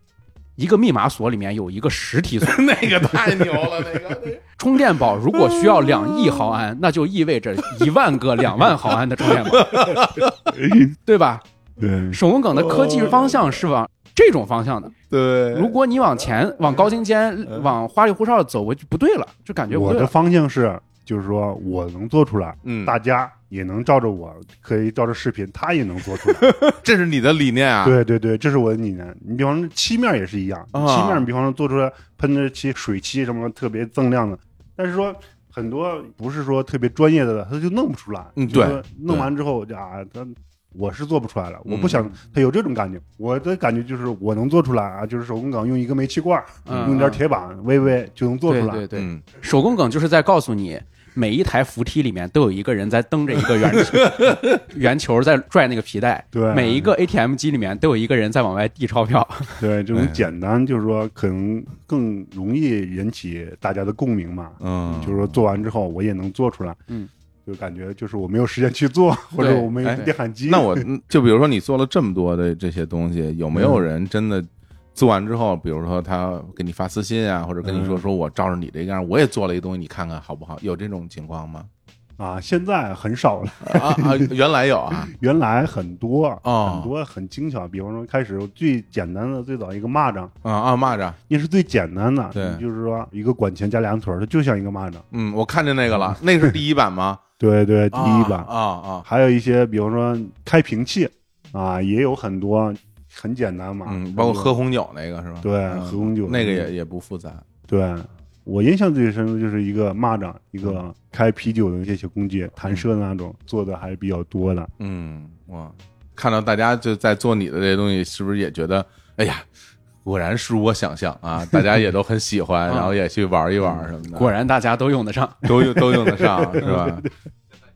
一个密码锁里面有一个实体锁，
那个太牛了，那个
充电宝如果需要两亿毫安，那就意味着一万个两万毫安的充电宝，对吧？
嗯 对，
手工梗的科技方向是往这种方
哦
向的。
对
如果你往前、往高精
嗯
尖、往花里胡哨走，我就不对了，就感觉不
我
对啊
的
了。
方向是，就是说我能做出来，
嗯，
大家也能照着我，可以照着视频，他也能做出来。
这是你的理念啊？
对对对，这是我的理念。你比方说漆面也是一样，
啊
漆面你比方说做出来喷着漆、水漆什么特别锃亮的，但是说。很多不是说特别专业的，他就弄不出来。
嗯
就
对
是说弄完之后啊，他我是做不出来了，我
嗯
不想他有这种感觉。我的感觉就是我能做出来啊，就是手工梗用一个煤气罐儿，
嗯
用点铁板微微就能做出
对
来
对。对，
嗯，
手工梗就是在告诉你，每一台扶梯里面都有一个人在蹬着一个圆球， 圆球在拽那个皮带。
对
每一个 ATM 机里面都有一个人在往外递钞票。
对，这种
哎
简单就是说可能更容易引起大家的共鸣嘛。
嗯
就是说做完之后我也能做出来，
嗯，
就感觉就是我没有时间去做，或者我没有
哎
电焊机。
那我嗯就比如说你做了这么多的这些东西，有没有
嗯
人真的做完之后，比如说他给你发私信啊，或者跟你说
嗯
说我照着你这样，我也做了一个东西，你看看好不好？有这种情况吗？
啊，现在很少了，
啊啊，原来有啊，
原来很多，
哦
很多很精巧。比方说，开始最简单的，最早一个蚂蚱，
啊啊，蚂蚱，
那是最简单的，
对
就是说一个管钳加两腿儿，它就像一个蚂蚱。
嗯，我看见那个了， 那是第一版吗？
对对， 第一版。
啊啊，
还有一些，比方说开瓶器啊，也有很多，很简单嘛。
嗯，包括喝红酒那个是吧？
对
嗯
喝红酒
那个也也不复杂，
对我印象最深的就是一个蚂蚱，一
嗯
个开啤酒的这些工具，弹射的那种，做的还比较多的。
嗯，哇，看到大家就在做你的这些东西，是不是也觉得，哎呀，果然是我想象啊，大家也都很喜欢，
嗯
然后也去玩一玩什么的，
果然大家都用得上。
都用都用得上，是吧？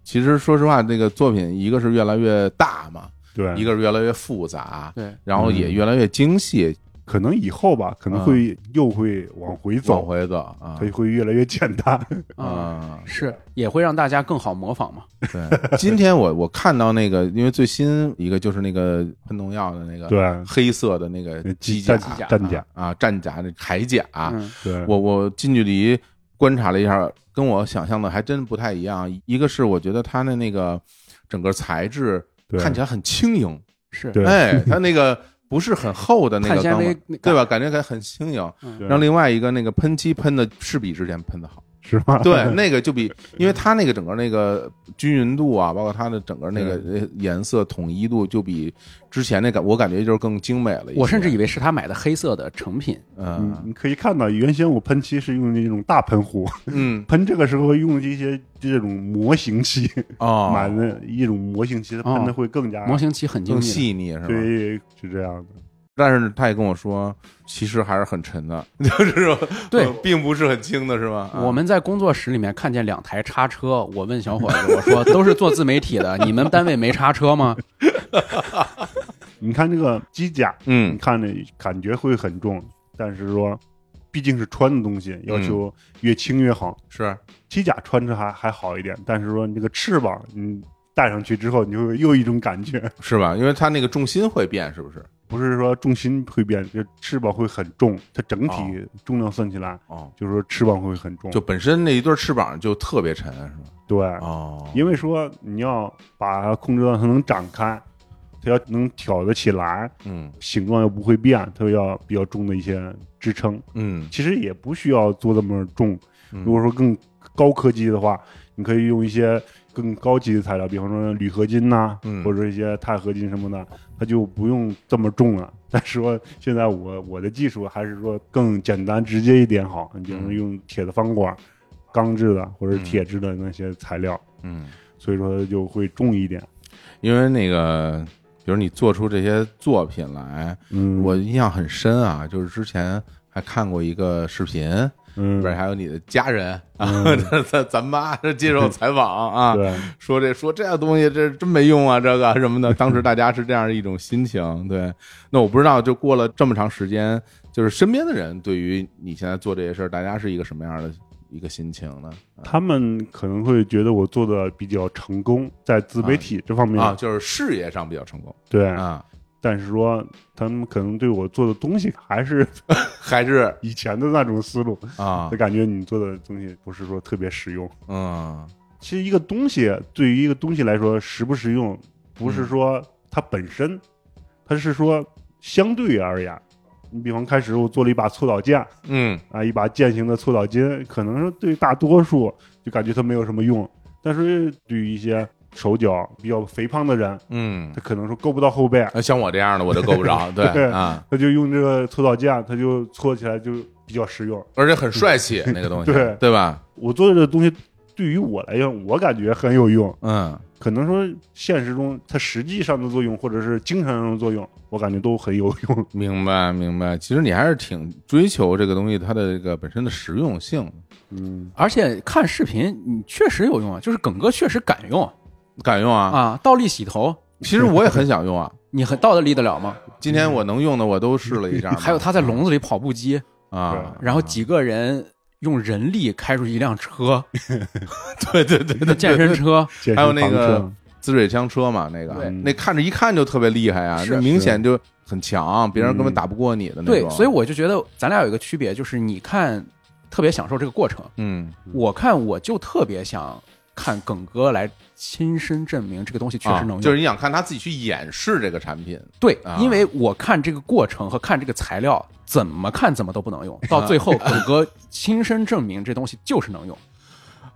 其实说实话，这个作品一个是越来越大嘛，
对，
一个是越来越复杂，
对，
然后也越来越精细，
可能以后吧，可能会又会往回
走
走，
嗯回走啊
它会越来越简单。
啊，
啊，
是也会让大家更好模仿嘛。
对。今天我我看到那个，因为最新一个就是那个喷农药的那个，，
对，嗯
黑色的那个机甲
战
机甲
战甲，
啊，战甲的铠甲，啊
嗯，
对，
我我近距离观察了一下，跟我想象的还真不太一样。一个是我觉得它的那个整个材质
对
看起来很轻盈，
是
对
哎，它那个不是很厚的那
碳
个
纤
钢
维
板，
那个
对吧？感觉还很轻盈。
对
然后另外一个那个喷漆喷的是比之前喷 的好，
是吧？
对，那个就比，因为它那个整个那个均匀度啊，包括它的整个那个呃颜色统一度，就比之前那感我感觉就是更精美了一些。
我甚至以为是他买的黑色的成品，
你
嗯
你可以看到，原先我喷漆是用那种大喷壶，
嗯
喷这个时候用这些这种模型漆，
哦，
买的一种模型漆，它喷的会更加
模型漆很精
啊更
密的，
细腻是吧？
对，是这样的。
但是他也跟我说，其实还是很沉的， 就是说
对
呃并不是很轻的，是吧？啊
我们在工作室里面看见两台叉车，我问小伙子，我说都是做自媒体 的，你们单位没叉车吗？
你看这个机甲，你
嗯
看着感觉会很重，但是说毕竟是穿的东西，要
嗯
求越轻越好。
是
机甲穿着还还好一点，但是说你这个翅膀，你戴上去之后，你就会又一种感觉，
是吧？因为他那个重心会变，是不是？
不是说重心会变，就翅膀会很重，它整体
哦
重量算起来，
哦，
就是说翅膀会很重。
就本身那一对翅膀就特别沉，是吧？
对，
哦，
因为说你要把它控制到它能展开，它要能挑得起来，
嗯
形状又不会变，它要比较重的一些支撑。
嗯
其实也不需要做那么重。
嗯
如果说更高科技的话，你可以用一些更高级的材料，比方说铝合金呐、
嗯
或者一些钛合金什么的，它就不用这么重了。 但是说现在我我的技术还是说更简单直接一点好，你比方说用铁的方管、钢制的或者
嗯
铁制的那些材料，
嗯，
所以说它就会重一点。
因为那个，比如你做出这些作品来，
嗯，
我印象很深啊，就是之前还看过一个视频，里
嗯
边还有你的家人啊， 咱咱妈接受采访啊，
对
说这说这东西这真没用啊，这个什么的。当时大家是这样一种心情，对。那我不知道，就过了这么长时间，就是身边的人对于你现在做这些事儿，大家是一个什么样的一个心情呢？
他们可能会觉得我做的比较成功，在自媒体这方面，
啊，就是事业上比较成功
对，
啊，
但是说他们可能对我做的东西还是
还是
以前的那种思路，
啊
就，感觉你做的东西不是说特别实用。
嗯
其实一个东西对于一个东西来说实不实用，不是说它本身，它是说相对而言。你比方开始我做了一把搓澡剑
嗯
啊，一把剑形的搓澡巾，可能说对大多数就感觉它没有什么用，但是对于一些手脚比较肥胖的人，
嗯
他，可能说够不到后背，
那像我这样的我就够不着， 对
对
啊，
他就用这个搓澡剑，他就搓起来就比较实用。
而且很帅气那个东西，
对
对吧？
我做的这东西对于我来讲，我感觉很有用。
嗯
可能说现实中它实际上的作用，或者是精神上的作用，我感觉都很有用。
明白明白，其实你还是挺追求这个东西它的这个本身的实用性，
嗯，
而且看视频，你确实有用啊，就是耿哥确实敢用
敢用啊
啊，倒立洗头，
其实我也很想用啊，
你很倒的立得了吗？
今天我能用的我都试了一下嘛，
嗯还有他在笼子里跑步机，
啊，
然后几个人用人力开出一辆车，
对对对对，
健身车，
健身
还有那个
房车
滋水枪车嘛，那个
对
那看着一看就特别厉害啊，
是嗯
那明显就很强，别人根本打不过你的那
对
种。，
所以我就觉得咱俩有一个区别，就是你看特别享受这个过程，
嗯
我看我就特别想看耿哥来亲身证明这个东西确实能用。
啊就是你想看他自己去演示这个产品，
对
啊，
因为我看这个过程和看这个材料，怎么看怎么都不能用，到 最后耿哥亲身证明这东西就是能用。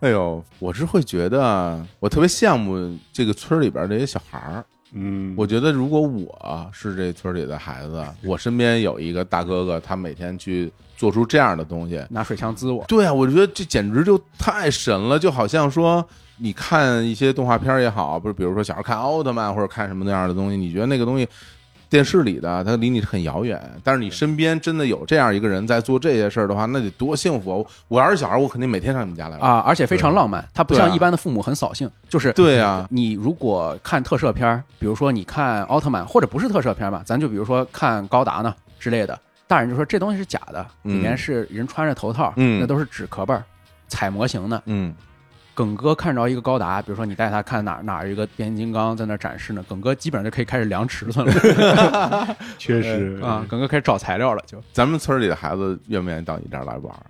哎呦，我是会觉得我特别羡慕这个村里边儿这些小孩儿。
嗯，
我觉得如果我是这村里的孩子，我身边有一个大哥哥，他每天去做出这样的东西，
拿水枪滋我，
对啊，我觉得这简直就太神了，就好像说你看一些动画片儿也好，不是，比如说小孩看奥特曼或者看什么那样的东西，你觉得那个东西电视里的它离你很遥远，但是你身边真的有这样一个人在做这些事儿的话，那得多幸福啊！我要是小孩，我肯定每天上你们家来玩。
啊，而且非常浪漫。他不
对啊
像一般的父母很扫兴，就是
对啊，
你如果看特摄片儿，比如说你看奥特曼，或者不是特摄片儿吧，咱就比如说看高达呢之类的，大人就说这东西是假的，
嗯
里面是人穿着头套，
嗯
那都是纸壳儿踩模型呢。
嗯
耿哥看着一个高达，比如说你带他看哪哪儿一个变形金刚在那儿展示呢，耿哥基本上就可以开始量尺寸了
确
呃
实
啊，耿哥开始找材料了就。
咱们村里的孩子愿不愿意到你这儿来玩儿？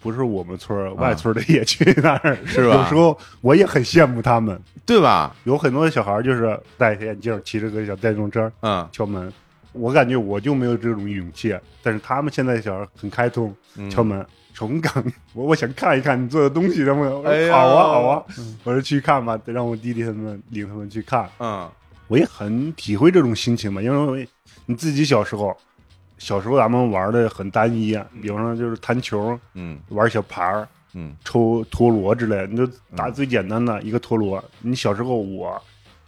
不是我们村儿，外村儿的也去那儿，
是吧
有时候我也很羡慕他们，
对吧？
有很多小孩儿就是戴着眼镜，骑着个小电动车
嗯
敲门。我感觉我就没有这种勇气，但是他们现在小孩儿很开通，
嗯
敲门，重港， 我我想看一看你做的东西，能不能？我说
哎呀
好啊，好啊，我说去看吧，得让我弟弟他们领他们去看。
嗯
我也很体会这种心情嘛，因为你自己小时候，小时候咱们玩的很单一，啊比方说就是弹球、
嗯
玩小牌儿、
嗯
抽陀螺之类的，你就打最简单的一个陀螺。你小时候我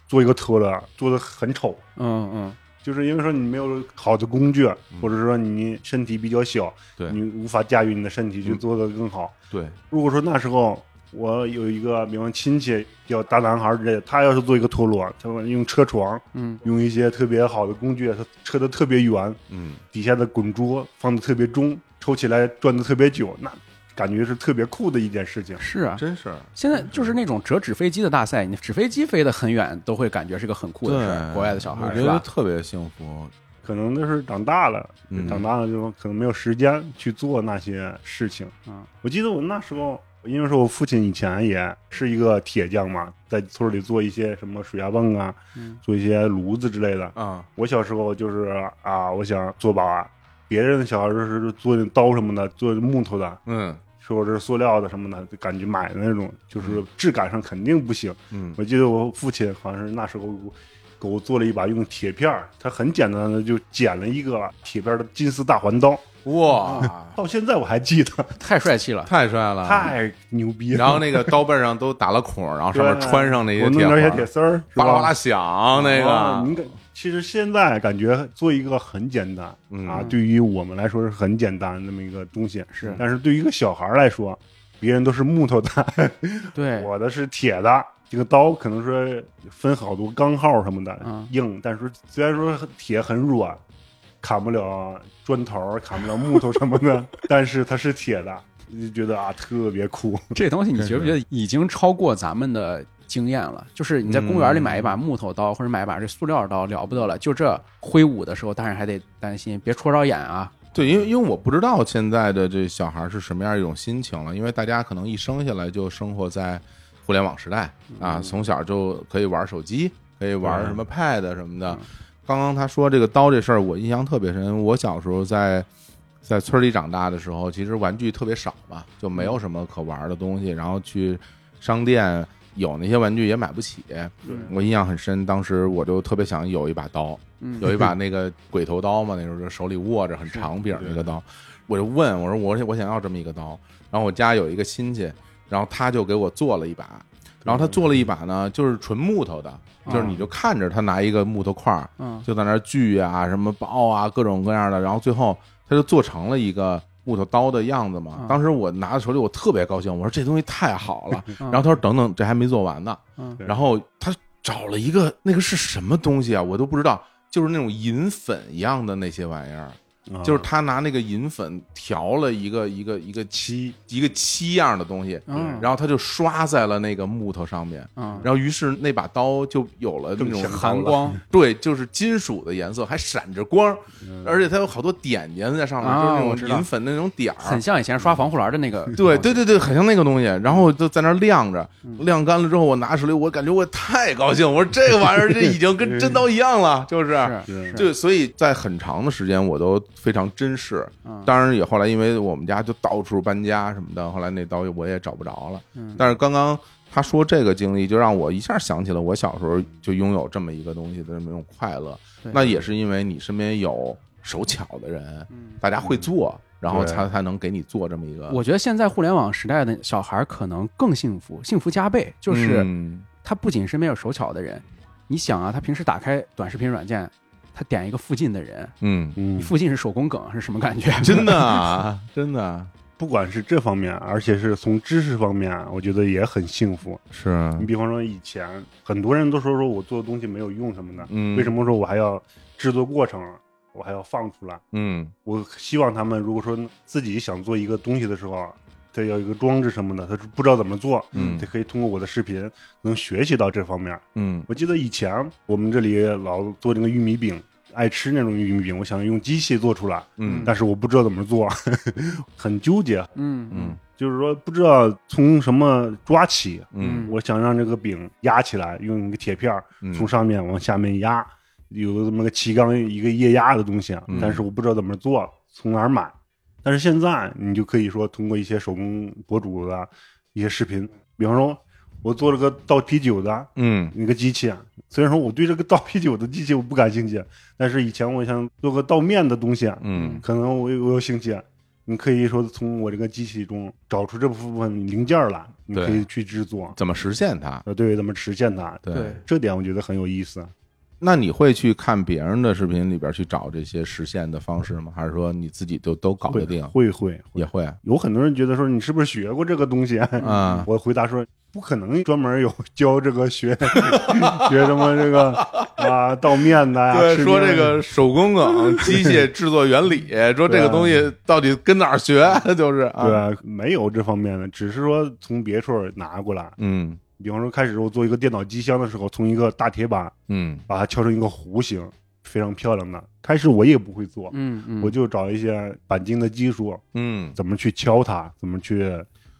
做一个陀螺做的很丑，
嗯嗯，
就是因为说你没有好的工具，或者说你身体比较小，
嗯对嗯
你无法驾驭你的身体去做的更好。
对，
如果说那时候我有一个，比方亲戚叫大男孩之类的，他要是做一个陀螺，他们用车床，
嗯，
用一些特别好的工具，他车的特别圆，
嗯
底下的滚珠放的特别中，抽起来转的特别久，那感觉是特别酷的一件事情。
是啊，
真是
现在就是那种折纸飞机的大赛，你纸飞机飞得很远，都会感觉是个很酷的事儿。
对
国外的小孩
我
儿
觉
是
得
吧？
特别幸福。
可能就是长大了，
嗯
长大了之后可能没有时间去做那些事情。
嗯，
我记得我那时候，因为说我父亲以前也是一个铁匠嘛，在村里做一些什么水压泵啊，
嗯
做一些炉子之类的。
啊，
我小时候就是啊，我想做把玩，别人的小孩就是做那刀什么的，做木头的，
嗯
说是塑料的什么的，就感觉买的那种，就是质感上肯定不行。
嗯
我记得我父亲好像是那时候给我做了一把用铁片儿，他很简单的就剪了一个铁片儿的金丝大环刀，
哇，
到现在我还记得，
太帅气 了，
太帅了，
太牛逼了。
啊然后那个刀背上都打了孔，然后上面
对
穿上那些
我
铁
弄点
环
小铁丝儿，是
巴
吧
拉巴拉响，那
啊
个
你感其实现在感觉做一个很简单、
嗯
啊，对于我们来说是很简单的那么一个东西，
是
但是对于一个小孩儿来说，别人都是木头的，
对，
我的是铁的。这个刀可能说分好多钢号什么的，
嗯
硬，但是虽然说铁很软，砍不了砖头，砍不了木头什 么的，但是它是铁的，就觉得啊特别酷。
这东西你觉不觉得已经超过咱们的经验了？就是你在公园里买一把木头刀，或者买一把这塑料刀，了不得了。就这挥舞的时候，当然还得担心别戳着眼啊。
对，因为因为我不知道现在的这小孩是什么样一种心情了，因为大家可能一生下来就生活在互联网时代啊，从小就可以玩手机，可以玩什么 Pad 什么的。刚刚他说这个刀这事儿，我印象特别深。我小时候在在村里长大的时候，其实玩具特别少嘛，就没有什么可玩的东西，然后去商店有那些玩具也买不起。我印象很深，当时我就特别想有一把刀，
嗯
有一把那个鬼头刀嘛，那时候就手里握着很长柄儿那个刀，我就问我说我我想要这么一个刀，然后我家有一个亲戚，然后他就给我做了一把，然后他做了一把呢，就是纯木头的，就是你就看着他拿一个木头块儿，
嗯
就在那儿锯啊、什么刨啊、各种各样的，然后最后他就做成了一个木头刀的样子嘛
嗯。
当时我拿在手里，我特别高兴，我说这东西太好了。
嗯
然后他说等等，这还没做完呢。
嗯
然后他找了一个那个是什么东西啊，我都不知道，就是那种银粉一样的那些玩意儿。就是他拿那个银粉调了一个一个一个漆一个漆样的东西，
嗯
然后他就刷在了那个木头上面，
嗯，
然后于是那把刀就有了那
更
种
显
寒光，
对，就是金属的颜色，还闪着光，而且它有好多点点在上面，
嗯啊我
就是
知
那种
道
银粉那种点儿
很。像以前刷防护栏的那个，
对对对对，很像那个东西，然后就在那儿晾着，晾干了之后，我拿手里，我感觉我太高兴，我说这个玩意儿这已经跟真刀一样了，就是，
是
是
对，所以在很长的时间我都非常珍视。
嗯
当然也后来因为我们家就到处搬家什么的，后来那刀我也找不着了。
嗯
但是刚刚他说这个经历，就让我一下想起了我小时候就拥有这么一个东西的这么一种快乐
对。
那也是因为你身边有手巧的人，
嗯
大家会做，然后
对
才才能给你做这么一个。
我觉得现在互联网时代的小孩儿可能更幸福，幸福加倍，就是
嗯
他不仅身边有手巧的人，你想啊，他平时打开短视频软件，他点一个附近的人，
嗯，
嗯，
附近是手工梗是什么感觉？
真的啊， 真的啊
不管是这方面，而且是从知识方面，我觉得也很幸福。
是，
你比方说以前很多人都说说我做的东西没有用什么的，
嗯，
为什？么说我还要制作过程，我还要放出来？
嗯
我希望他们如果说自己想做一个东西的时候，他要一个装置什么的，他不知道怎么做，
嗯
他可以通过我的视频能学习到这方面。
嗯
我记得以前我们这里老做那个玉米饼，爱吃那种玉米饼，我想用机器做出来，
嗯
但是我不知道怎么做， 很纠结，
嗯
嗯
就是说不知道从什么抓起。
嗯
我想让这个饼压起来，用一个铁片儿
嗯
从上面往下面压，有这么个齐缸一个液压的东西，啊
嗯
但是我不知道怎么做，从哪儿买。但是现在你就可以说通过一些手工博主的一些视频，比方说我做了个倒啤酒的
嗯
那个机器，啊虽然说我对这个倒啤酒的机器我不感兴趣，但是以前我想做个倒面的东西，啊
嗯
可能我有我有兴趣。啊你可以说从我这个机器中找出这部分零件来，你
对
可以去制作。
怎么实现它？
呃，对，怎么实现它？
对
对
这点我觉得很有意思。啊
那你会去看别人的视频里边去找这些实现的方式吗？还是说你自己就都搞
会
得定？
会会
也
会，
会
有很多人觉得说你是不是学过这个东西？
啊，
我回答说不可能，专门有教这个学 学什么这个啊倒面 的呀、吃
说
面
这个手工 梗、机械制作原理，说这个东西到底跟哪儿学， 就是啊，
对、啊、没有这方面的，只是说从别处拿过来。
嗯
比方说开始我做一个电脑机箱的时候，从一个大铁板
嗯
把它敲成一个弧形，非常漂亮的。开始我也不会做，
嗯嗯，
我就找一些钣金的技术，
嗯，
怎么去敲它，怎么去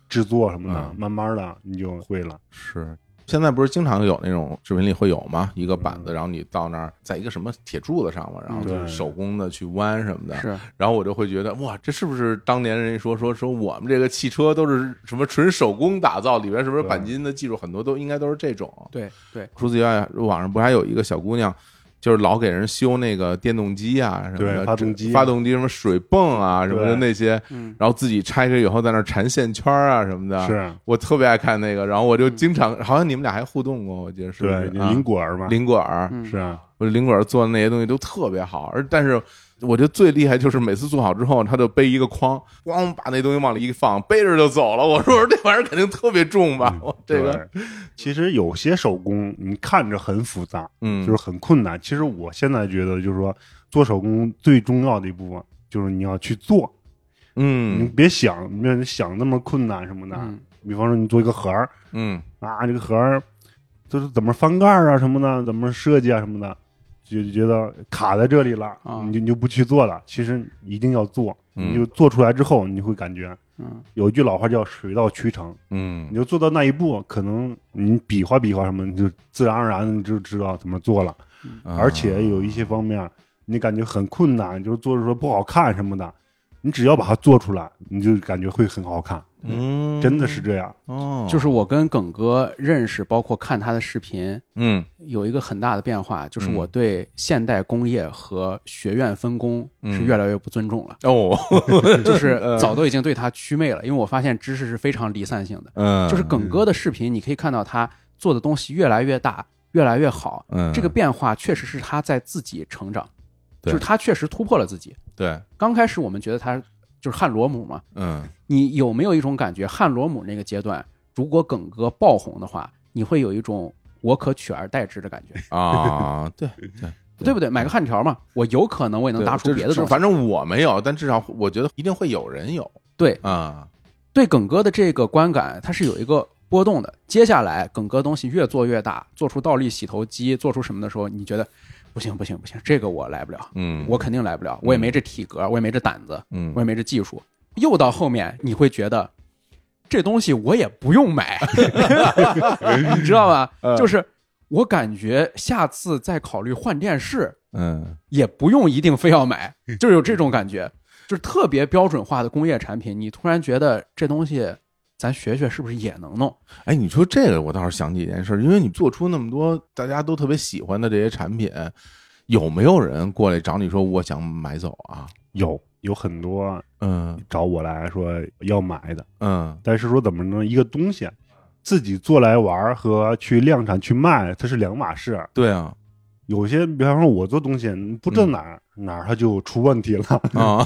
制作什么的，
嗯
慢慢的你就会了。
是。现在不是经常有那种视频里会有吗？一个板子，然后你到那儿，在一个什么铁柱子上嘛，然后就是
嗯对
手工的去弯什么的，
是
然后我就会觉得，哇，这是不是当年人家说说说我们这个汽车都是什么纯手工打造，里边是不是
对
钣金的技术很多都应该都是这种？
对对，
除此以外，网上不还有一个小姑娘，就是老给人修那个电动机啊什么的，
对发动机
发动机什么水泵啊什么的
对
那些，
嗯
然后自己拆开以后在那儿缠线圈啊什么的。
是
我特别爱看那个，然后我
嗯
就经常，好像你们俩还互动过，我记得是不
对
是？，
你
啊
林果儿嘛，
林果儿，
嗯
是啊，
我林果儿做的那些东西都特别好，而但是我觉得最厉害就是每次做好之后，他就背一个筐，咣把那东西往里一放，背着就走了。我说这玩意儿肯定特别重
嗯
吧？我这个，
对其实有些手工你看着很复杂，
嗯，
就是很困难。其实我现在觉得，就是说做手工最重要的一部分就是你要去做，你
嗯
别想，你别想那么困难什么的。
嗯
比方说你做一个盒儿
嗯
啊，这个盒儿就是怎么翻盖儿啊什么的，怎么设计啊什么的，就就觉得卡在这里了，
啊
你就你就不去做了。其实一定要做，
嗯
你就做出来之后，你会感觉
嗯
有一句老话叫“水到渠成”。你
嗯
就做到那一步，可能你比划比划什么，你就自然而然你就知道怎么做了。
嗯，
而且有一些方面你感觉很困难，就是做的时候不好看什么的，你只要把它做出来，你就感觉会很好看。
嗯，
真的是这样，
哦，
就是我跟耿哥认识，包括看他的视频，
嗯
有一个很大的变化，就是
嗯
我对现代工业和学院分工是
嗯呃
越来越不尊 重了，
哦，
就是早都已经对他祛魅了，因为我发现知识是非常离散性的。
嗯，
就是耿哥的视频，你可以看到他做的东西越来越大，越来越好。
嗯
这个变化确实是他在自己成长，
对
就是他确实突破了自己。
对，
刚开始我们觉得他就是汉罗姆嘛，
嗯
你有没有一种感觉，汉罗姆那个阶段，如果耿哥爆红的话，你会有一种我可取而代之的感觉？
啊，对对，对
对不对？买个焊条嘛，我有可能我 也能
对
搭出
这
别的
这
东西。
反正我没有，但至少我觉得一定会有人有
对
啊。
对，耿哥的这个观感它是有一个波动的。接下来耿哥东西越做越大，做出倒立洗头机，做出什么的时候，你觉得不行不行不行，这个我来不了，
嗯，
我肯定来不了，我也没这体格，我也没这胆子，
嗯
我也没这技术。又到后面，你会觉得这东西我也不 用买，你知道吧？
嗯
就是我感觉下次再考虑换电视，
嗯
也不用一定非要买，就是有这种感觉，就是特别标准化的工业产品，你突然觉得这东西咱学学是不是也能弄？
哎，你说这个我倒是想起一件事儿，因为你做出那么多大家都特别喜欢的这些产品，有没有人过来找你说我想买走啊？
有有很多
嗯
找我来说要买的，
嗯
但是说怎么呢？一个东西自己做来玩儿和去量产去卖，它是两码事。
对 啊
有些，比方说我做东西，你不知
嗯
道哪儿、哪儿它就出问题 了。
啊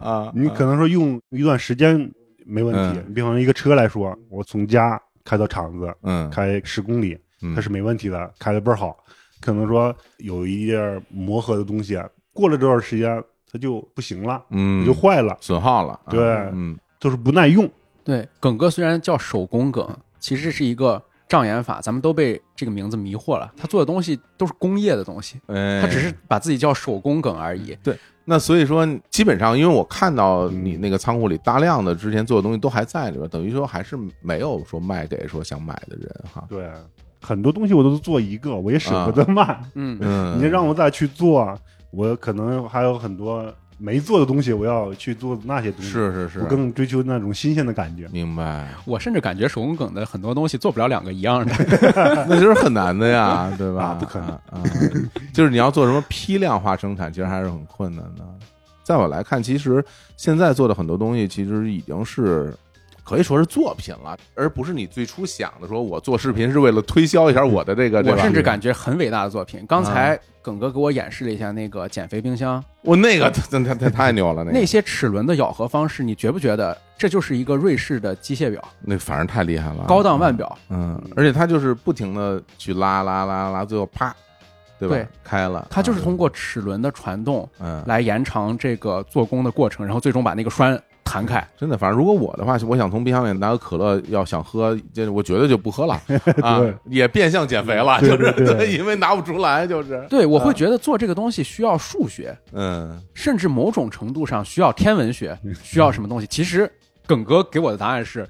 啊！
你可能说用一段时间没问题，
嗯
你比方说一个车来说，我从家开到厂子
嗯，
开十公里，
嗯
它是没问题的，开的倍儿好。可能说有一点磨合的东西，过了这段时间它就不行了，它
嗯
就坏了，
损耗了，啊
对
嗯
就是不耐用。
对，耿哥虽然叫手工梗，其实是一个障眼法，咱们都被这个名字迷惑了。他做的东西都是工业的东西，
哎，
他只是把自己叫手工梗而已。
那所以说，基本上因为我看到
嗯
你那个仓库里大量的之前做的东西都还在里边，等于说还是没有说卖给说想买的人哈。
对，很多东西我都做一个，我也舍不得卖。
嗯，
嗯，
你让我再去做，我可能还有很多没做的东西，我要去做那些东西。
是是
我
是，
更追求那种新鲜的感觉。
明白，
我甚至感觉手工梗的很多东西做不了两个一样的。
那就是很难的 呀，对吧？
啊不可能
啊，啊就是你要做什么批量化生产，其实还是很困难的。在我来看，其实现在做的很多东西，其实已经是。可以说是作品了，而不是你最初想的说，我做视频是为了推销一下我的这个，对
我
吧？嗯
甚至感觉很伟大的作品。刚才耿哥给我演示了一下那个减肥冰箱，
我那个太太太太牛了，那个
那些齿轮的咬合方式，你觉不觉得这就是一个瑞士的机械表，
那反正太厉害了，
高档腕表？
嗯，而且他就是不停的去拉拉拉拉，最后啪，对吧？
对
开了，
它就是
啊
通过齿轮的传动
嗯，
来延长这个做工的过程，然后最终把那个栓弹开。
真的，反正如果我的话，我想从冰箱里拿个可乐，要想喝，这我绝对就不 喝了啊
对，
也变相减肥了，就
对
是
对对
因为拿不出来，就是
对，我会觉得做这个东西需要数学，
嗯
甚至某种程度上需要天文学，需要什么东西。其实耿哥给我的答案是，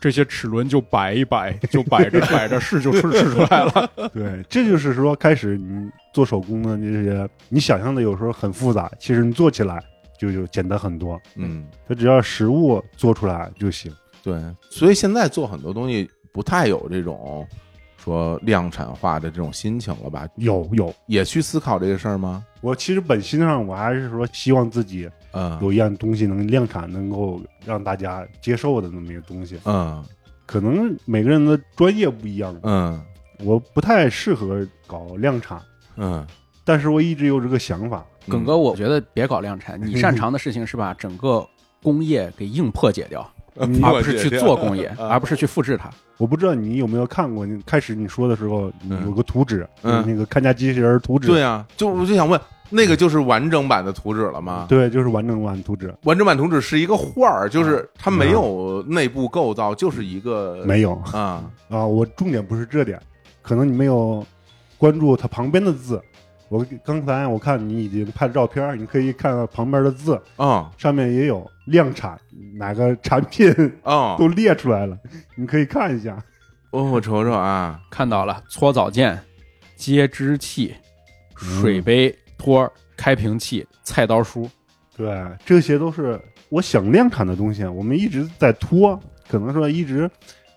这些齿轮就摆一摆，就 摆着摆着是就试试出来了。
对，这就是说，开始你做手工的这些，你想象的有时候很复杂，其实你做起来就就简单很多。
嗯，
它只要实物做出来就行。
对，所以现在做很多东西不太有这种说量产化的这种心情了吧？
有有，
也去思考这个事儿吗？
我其实本心上我还是说希望自己
嗯
有一样东西能量产，能够让大家接受的那么一个东西。
嗯
可能每个人的专业不一样，
嗯
我不太适合搞量产，
嗯，
但是我一直有这个想法。
耿哥，我觉得别搞量产，你擅长的事情是把整个工业给硬破解掉，
嗯，
而不是去做工业，
啊
而不是去复制它。
我不知道你有没有看过，你开始你说的时候
嗯
有个图纸，
嗯
就是那个看家机器人图纸，
对啊，就我就想问，那个就是完整版的图纸了吗？，
对，就是完整版图纸，
完整版图纸是一个画儿，就是它没有内部构造，就是一个
没有
啊，
啊。我重点不是这点，可能你没有关注它旁边的字。我刚才我看你已经拍了照片，你可以看到旁边的字，
哦
上面也有量产哪个产品
哦
都列出来了，你可以看一下。
哦，我瞅瞅啊，
看到了搓澡剑、接汁器、水杯托儿、开瓶器、菜刀梳。
对，这些都是我想量产的东西，我们一直在拖，可能说一直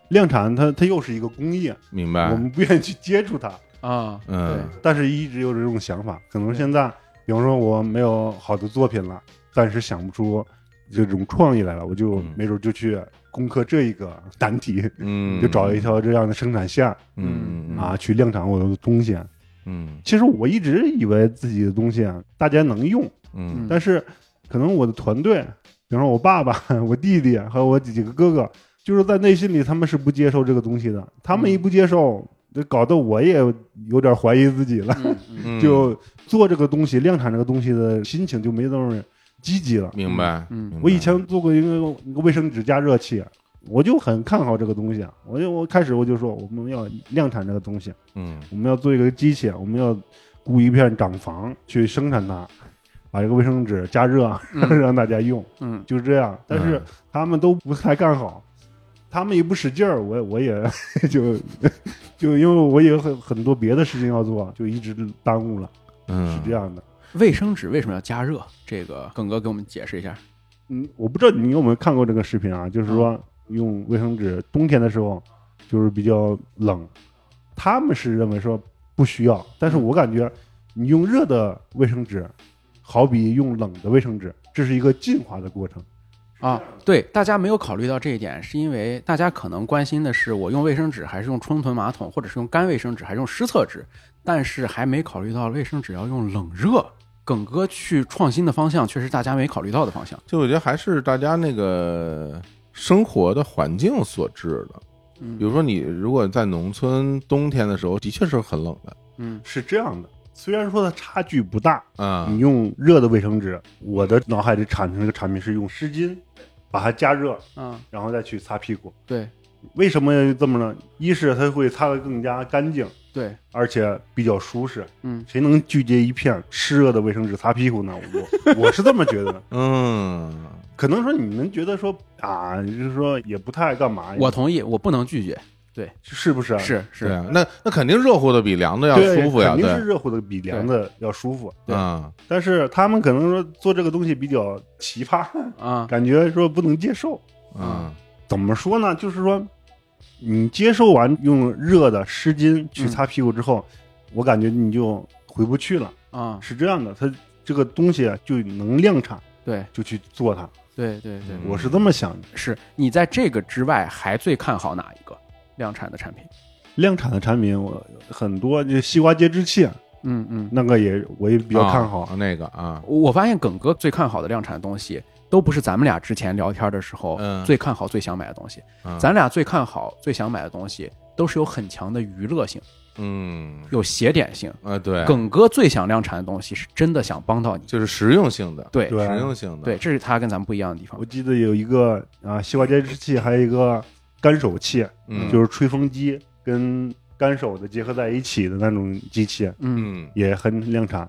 量产它，它又是一个工业，
明白
我，们不愿意去接触它，
啊，
嗯
但是一直有这种想法。可能现在，比方说我没有好的作品了，暂时想不出这种创意来了，我就
嗯
没准就去攻克这一个难题，
嗯，
就找一条这样的生产线
嗯
啊，，去量产我的东西。
嗯
其实我一直以为自己的东西啊，大家能用，
嗯
但是可能我的团队，比方说我爸爸、 我弟弟还有我几个哥哥，就是在内心里他们是不接受这个东西的。他们一不接受，这搞得我也有点怀疑自己了，
嗯嗯
嗯
就做这个东西、量产这个东西的心情就没那么积极了。
明白。
嗯
明白
我以前做过一个一个卫生纸加热器，我就很看好这个东西啊。我就我开始我就说我们要量产这个东西，
嗯
我们要做一个机器，我们要雇一片厂房去生产它，把这个卫生纸加热、
嗯
让大家用，
嗯，
就是这样。但是
嗯
他们都不太干好，他们一不使劲儿，我我也 就就因为我也有很很多别的事情要做，就一直耽误了，
嗯，
是这样的。
卫生纸为什么要加热？这个耿哥给我们解释一下。
嗯，我不知道你有没有看过这个视频啊，就是说用卫生纸，冬天的时候就是比较冷，他们是认为说不需要，但是我感觉你用热的卫生纸，好比用冷的卫生纸，这是一个进化的过程。
啊，对，大家没有考虑到这一点，是因为大家可能关心的是我用卫生纸还是用冲屯马桶，或者是用干卫生纸还是用湿厕纸，但是还没考虑到卫生纸要用冷热。耿哥去创新的方向，却是大家没考虑到的方向。
就我觉得还是大家那个生活的环境所致的。
嗯
比如说，你如果在农村，冬天的时候的确是很冷的。
嗯
是这样的，虽然说它差距不大，
啊
你用热的卫生纸，我的脑海里产生一个产品是用湿巾把它加热，
嗯
啊，
然后再去擦屁股。
对
为什么这么呢？一是它会擦得更加干净。
对，
而且比较舒适。
嗯
谁能拒绝一片湿热的卫生纸擦屁股呢？我我是这么觉得的。
嗯，
可能说你们觉得说啊，就是说也不太干嘛，
我同意，我不能拒绝。
是不是？
是
对
是，
啊，那那肯定热乎的比凉的要
对，
舒服呀，
肯定是
对，
热乎的比凉的要舒服。
对
嗯
但是他们可能说做这个东西比较奇葩，
啊，
感觉说不能接受。
嗯
怎么说呢？就是说，你接受完用热的湿巾去擦屁股之后，我感觉你就回不去了。
啊，
是这样的，它这个东西啊就能量产，
对
就去做它。
对对对，
嗯
我是这么想的，
是你在这个之外还最看好哪一个量产的产品？
量产的产品我很多，就西瓜接汁器
嗯嗯，
那个也我也比较看好。
啊那个啊，
我发现耿哥最看好的量产的东西，都不是咱们俩之前聊天的时候、
嗯
最看好、最想买的东西。
嗯
咱俩最看好、最想买的东西，都是有很强的娱乐性、
嗯
有写点性。
啊对，
耿哥最想量产的东西，是真的想帮到你。
就是实用性的，
对
对
实用性的，
对，这是他跟咱们不一样的地方
我。记得有一个啊，西瓜接汁器，还有一个干手器，
嗯，
就是吹风机跟干手的结合在一起的那种机器，
嗯，
嗯
也很量产。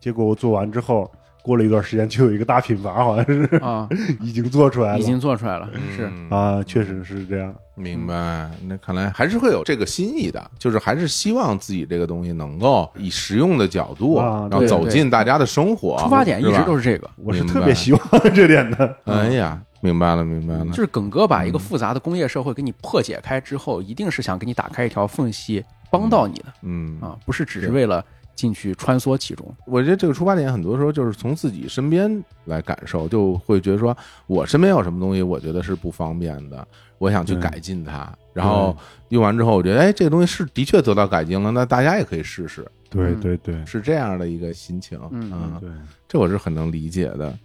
结果我做完之后，过了一段时间就有一个大品牌，好像是
啊，
已经做出来
已
了。
经做出来了，是
嗯
啊，确实是这样。
明白，那看来还是会有这个心意的，就是还是希望自己这个东西能够以实用的角度，
啊
然后
对
走
对
进大家的生活，
出发点一直都
是吧。
是这个。
我是
明
特
白
别希望这点的。
哎呀，明白了，明白了
就。是耿哥把一
嗯
个复杂的工业社会给你破解开之后，一定是想给你打开一条缝隙，帮到你的
嗯，
啊，不是只是
是
为了进去穿梭其中。
我觉得这个出发点很多时候就是从自己身边来感受，就会觉得说我身边有什么东西，我觉得是不方便的，我想去
对
改进它。然后用完之后，我觉得哎，这个东西是的确得到改进了，那大家也可以试试，
对
对
对
是这样的一个心情。
嗯
啊
对，
这我是很能理解的。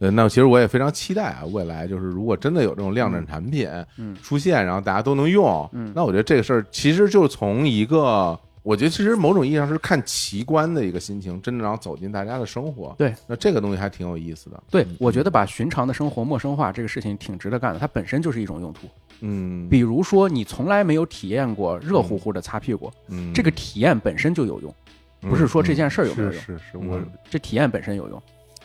呃，那其实我也非常期待啊，未来就是如果真的有这种量产产品
嗯
出现，然后大家都能用，
嗯
那我觉得这个事儿其实就是从一个，我觉得其实某种意义上是看奇观的一个心情，真的然后走进大家的生活。
对，
那这个东西还挺有意思的。
对，我
嗯
觉得把寻常的生活陌生化这个事情挺值得干的，它本身就是一种用途。
嗯，
比如说，你从来没有体验过热乎乎的擦屁股，
嗯
这个体验本身就有用，
嗯
不是说这件事儿有没有
是
用，
是是，我
嗯
这体验本身有用。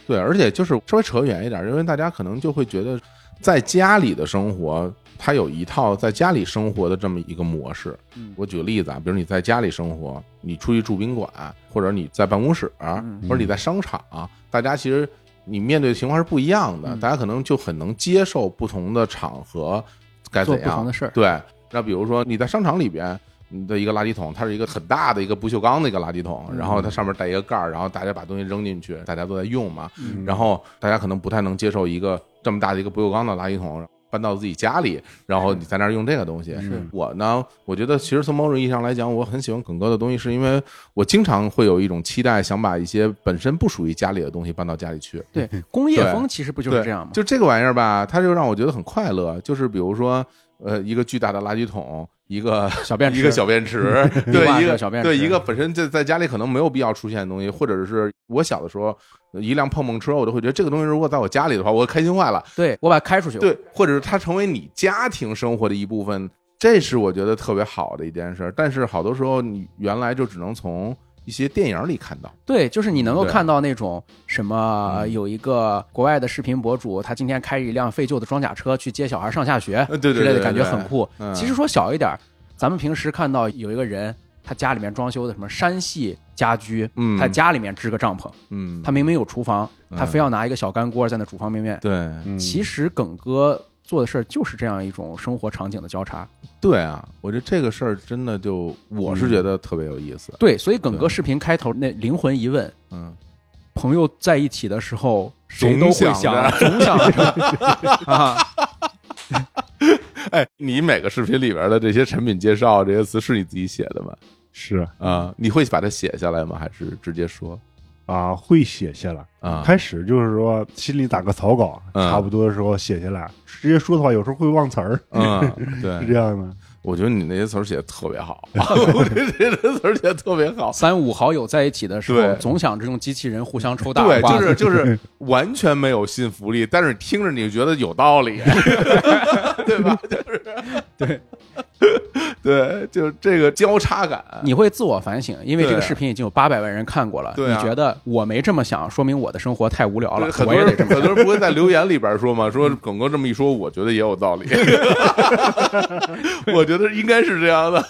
对，而且就是稍微扯远一点，因为大家可能就会觉得在家里的生活，它有一套在家里生活的这么一个模式。
嗯
我举个例子啊，比如你在家里生活，你出去住宾馆，或者你在办公室，
嗯
或者你在商场，啊大家其实你面对的情况是不一样的，
嗯
大家可能就很能接受不同的场合该
做
怎
不
样
同的事儿
对，那比如说你在商场里边。你的一个垃圾桶，它是一个很大的一个不锈钢的一个垃圾
嗯
桶，然后它上面带一个盖儿，然后大家把东西扔进去，大家都在用嘛。
嗯
然后大家可能不太能接受一个这么大的一个不锈钢的垃圾桶搬到自己家里，然
嗯
后你在那儿用这个东西。
是
我呢，我觉得其实从某种意义上来讲，我很喜欢耿哥的东西，是因为我经常会有一种期待，想把一些本身不属于家里的东西搬到家里去。
对，工业
对
风其实不就
对
是这样吗？
就这个玩意儿吧，它就让我觉得很快乐。就是比如说，呃一个巨大的垃圾桶，一个
小便池
一个小便池，
袜
对
子
一个
小便池
对一个本身在在家里可能没有必要出现的东西，或者是我小的时候一辆碰碰车，我都会觉得这个东西如果在我家里的话，我开心坏了。
对我把它开出去，
对，或者是它成为你家庭生活的一部分，这是我觉得特别好的一件事儿。但是好多时候，你原来就只能从一些电影里看到。
对，就是你能够
对
看到那种什么，
嗯
有一个国外的视频博主，他今天开着一辆废旧的装甲车去接小孩上下学，
呃对对
之类的
对
感觉
对
很酷。
嗯
其实说小一点儿，咱们平时看到有一个人，他家里面装修的什么山系家居，
嗯
他家里面支个帐篷，
嗯，
他明明有厨房，他
嗯
非要拿一个小干锅在那煮方便面。
对
嗯
其实耿哥做的事儿就是这样一种生活场景的交叉。
对啊，我觉得这个事儿真的就我是觉得特别有意思。
对，所以耿哥
对
视频开头那灵魂一问，
嗯，
朋友在一起的时候，谁都
总
会
想着
想，总想着啊。
哎，你每个视频里边的这些产品介绍这些词是你自己写的吗？
是
啊，你会把它写下来吗？还是直接说？
啊，会写下来。
啊，
开始就是说心里打个草稿，
嗯
差不多的时候写下来。直接说的话，有时候会忘词儿，
嗯，
是
对
这，样的。
我觉得你那些词儿写的特别 好，我觉得这些词儿写的特别好。
三五好友在一起的时候，
对
总想着用机器人互相抽大
对，
瓜
就
子
是 就是完全没有信服力，但是听着你觉得有道 理，对吧？就是
对
对，就是这个交叉感，
你会自我反省，因为这个
对
视频已经有八百万人看过了。
对啊
你觉得我没这么想，说明我的生活太无聊了，
很多
我也
人
得这么
很多人不会在留言里边说嘛，说耿哥这么一说，我觉得也有道 理，我觉得应该是这样的，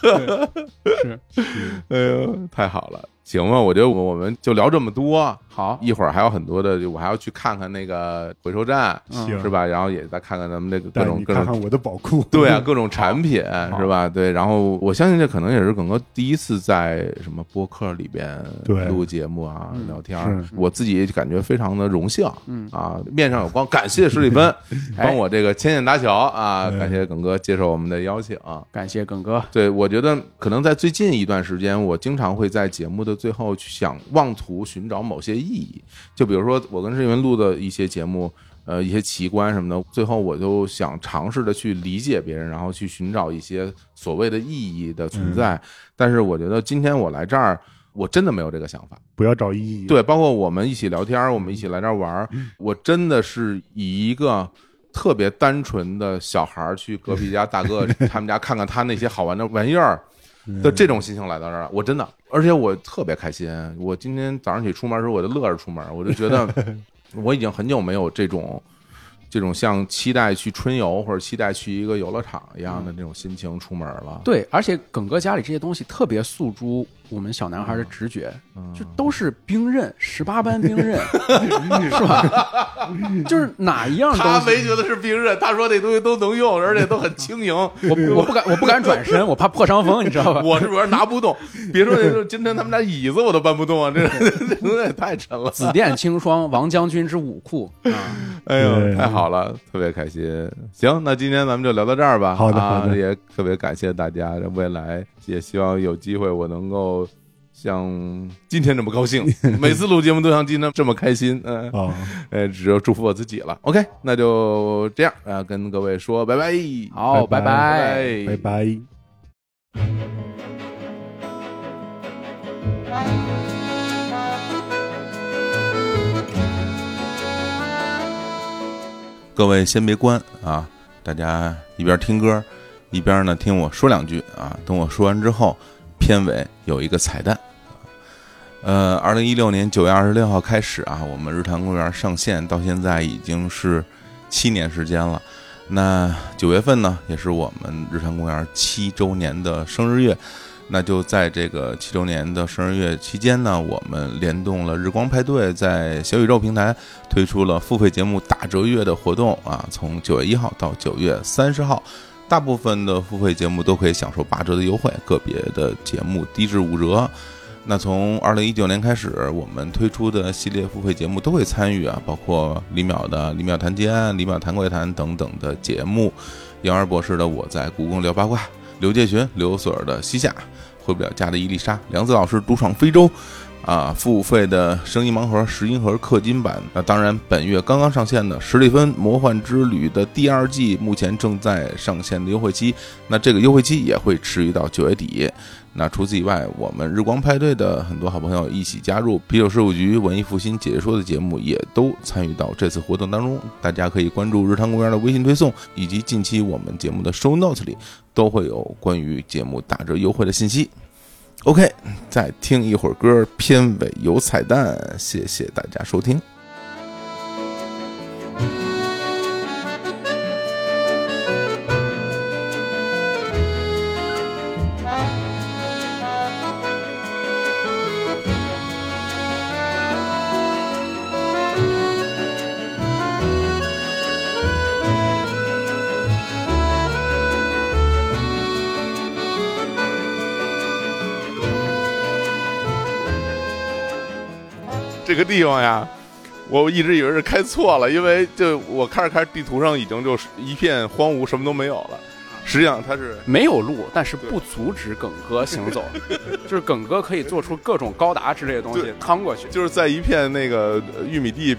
是，
哎呦，太好了，行吧，我觉得我们就聊这么多。
好。
一会儿还有很多的，就我还要去看看那个回收站，
嗯
行
是吧？然后也再看看咱们这个各
但
种
你
各
看
种
看我的宝库，
对啊，各种产品是吧？对，然后我相信这可能也是耿哥第一次在什么播客里边
对嗯
录节目啊、聊天儿，
是
我自己感觉非常的荣幸，嗯啊，面上有光，感谢史蒂 芬帮我这个牵线搭桥啊，
对
感谢耿哥接受我们的邀请、啊
感谢耿哥，
对，我觉得可能在最近一段时间，我经常会在节目的最后去想妄图寻找某些意义。就比如说我跟志云录的一些节目，呃，一些奇观什么的，最后我就想尝试的去理解别人，然后去寻找一些所谓的意义的存在。但是我觉得今天我来这儿，我真的没有这个想法。
不要找意义。，
对，包括我们一起聊天儿，我们一起来这儿玩儿，
嗯
我真的是以一个特别单纯的小孩儿去隔壁家大哥 他们家看看他那些好玩的玩意儿
嗯
的这种心情来到这儿，我真的，而且我特别开心。我今天早上起出门的时候，我就乐着出门，我就觉 得我已经很久没有这种。这种像期待去春游或者期待去一个游乐场一样的这种心情出门了，
嗯对，而且耿哥家里这些东西特别诉诸我们小男
嗯
孩的直觉，就都是兵刃，十八般 兵刃，是吧？ 就是哪一样东
他
西，
没觉得是冰刃，他说那东西都能用，而且都很轻 盈。
我我不敢，我不敢转身，我怕破伤风，你知道吧？
我是主要是拿不动，别说那时候今天他们家椅子我都搬不动啊，这 这东西太沉了。
紫电青霜，王将军之武库啊，
哎
对
呦，太好了，特别开心。行，那今天咱们就聊到这儿吧。
好的
啊
好的
也特别感谢大家，未来也希望有机会我能够像今天这么高 兴，每次录节目都像今天这么开心。嗯、
啊，
呃，只有祝福我自己了。OK，那就这样啊、跟各位说拜拜，
好，
拜拜
拜
拜
拜
拜拜。
各位先别关啊，大家一边听歌，一边呢听我说两句啊。等我说完之后，片尾有一个彩蛋。啊呃，二零一六年九月二十六号开始啊，我们日坛公园上线到现在已经是七年时间了。那九月份呢，也是我们日坛公园七周年的生日月。那就在这个七周年的生日月期间呢，我们联动了日光派对，在小宇宙平台推出了付费节目打折月的活动啊，从九月一号到九月三十号，大部分的付费节目都可以享受八折的优惠，个别的节目低至五折。那从二零一九年开始，我们推出的系列付费节目都会参与啊，包括李淼的《李淼谈结案》《李淼谈怪谈》等等的节目，杨二博士的《我在故宫聊八卦》，刘介群、刘所儿的《西夏》，回不了家的伊丽莎，梁子老师独闯非洲，啊，付费的声音盲盒石英盒氪金版。那当然，本月刚刚上线的《史蒂芬魔幻之旅》的第二季目前正在上线的优惠期，那这个优惠期也会持续到九月底。那除此以外，我们日光派对的很多好朋友一起加入啤酒事务局、文艺复兴解说的节目，也都参与到这次活动当中。大家可以关注日坛公园的微信推送，以及近期我们节目的 show notes 里都会有关于节目打折优惠的信息。OK，再听一会儿歌，片尾有彩蛋，谢谢大家收听。这个地方呀，我一直以为是开错了，因为就我看着看着地图上已经就是一片荒芜，什么都没有了。实际上它是
没有路，但是不阻止耿哥行走，就是耿哥可以做出各种高达之类的东西
对
趟过去。
就是在一片那个呃玉米地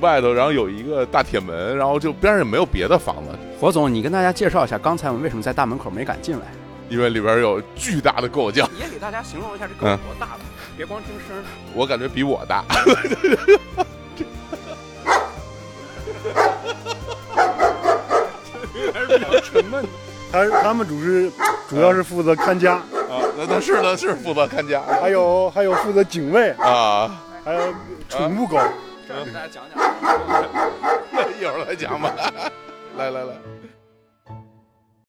外头，然后有一个大铁门，然后就边上也没有别的房子，
火总，你跟大家介绍一下，刚才我们为什么在大门口没敢进来？
因为里边有巨大的狗叫，
也给大家形容一下这
狗有
多大吧，别光听声。
我感觉比我大。
他他们主是主要是负责看家，
啊，那那是的是负责看家
还有还有负责警卫，
啊。
还有宠物狗。
这儿给大家讲讲。
一会儿来讲吧。来来来，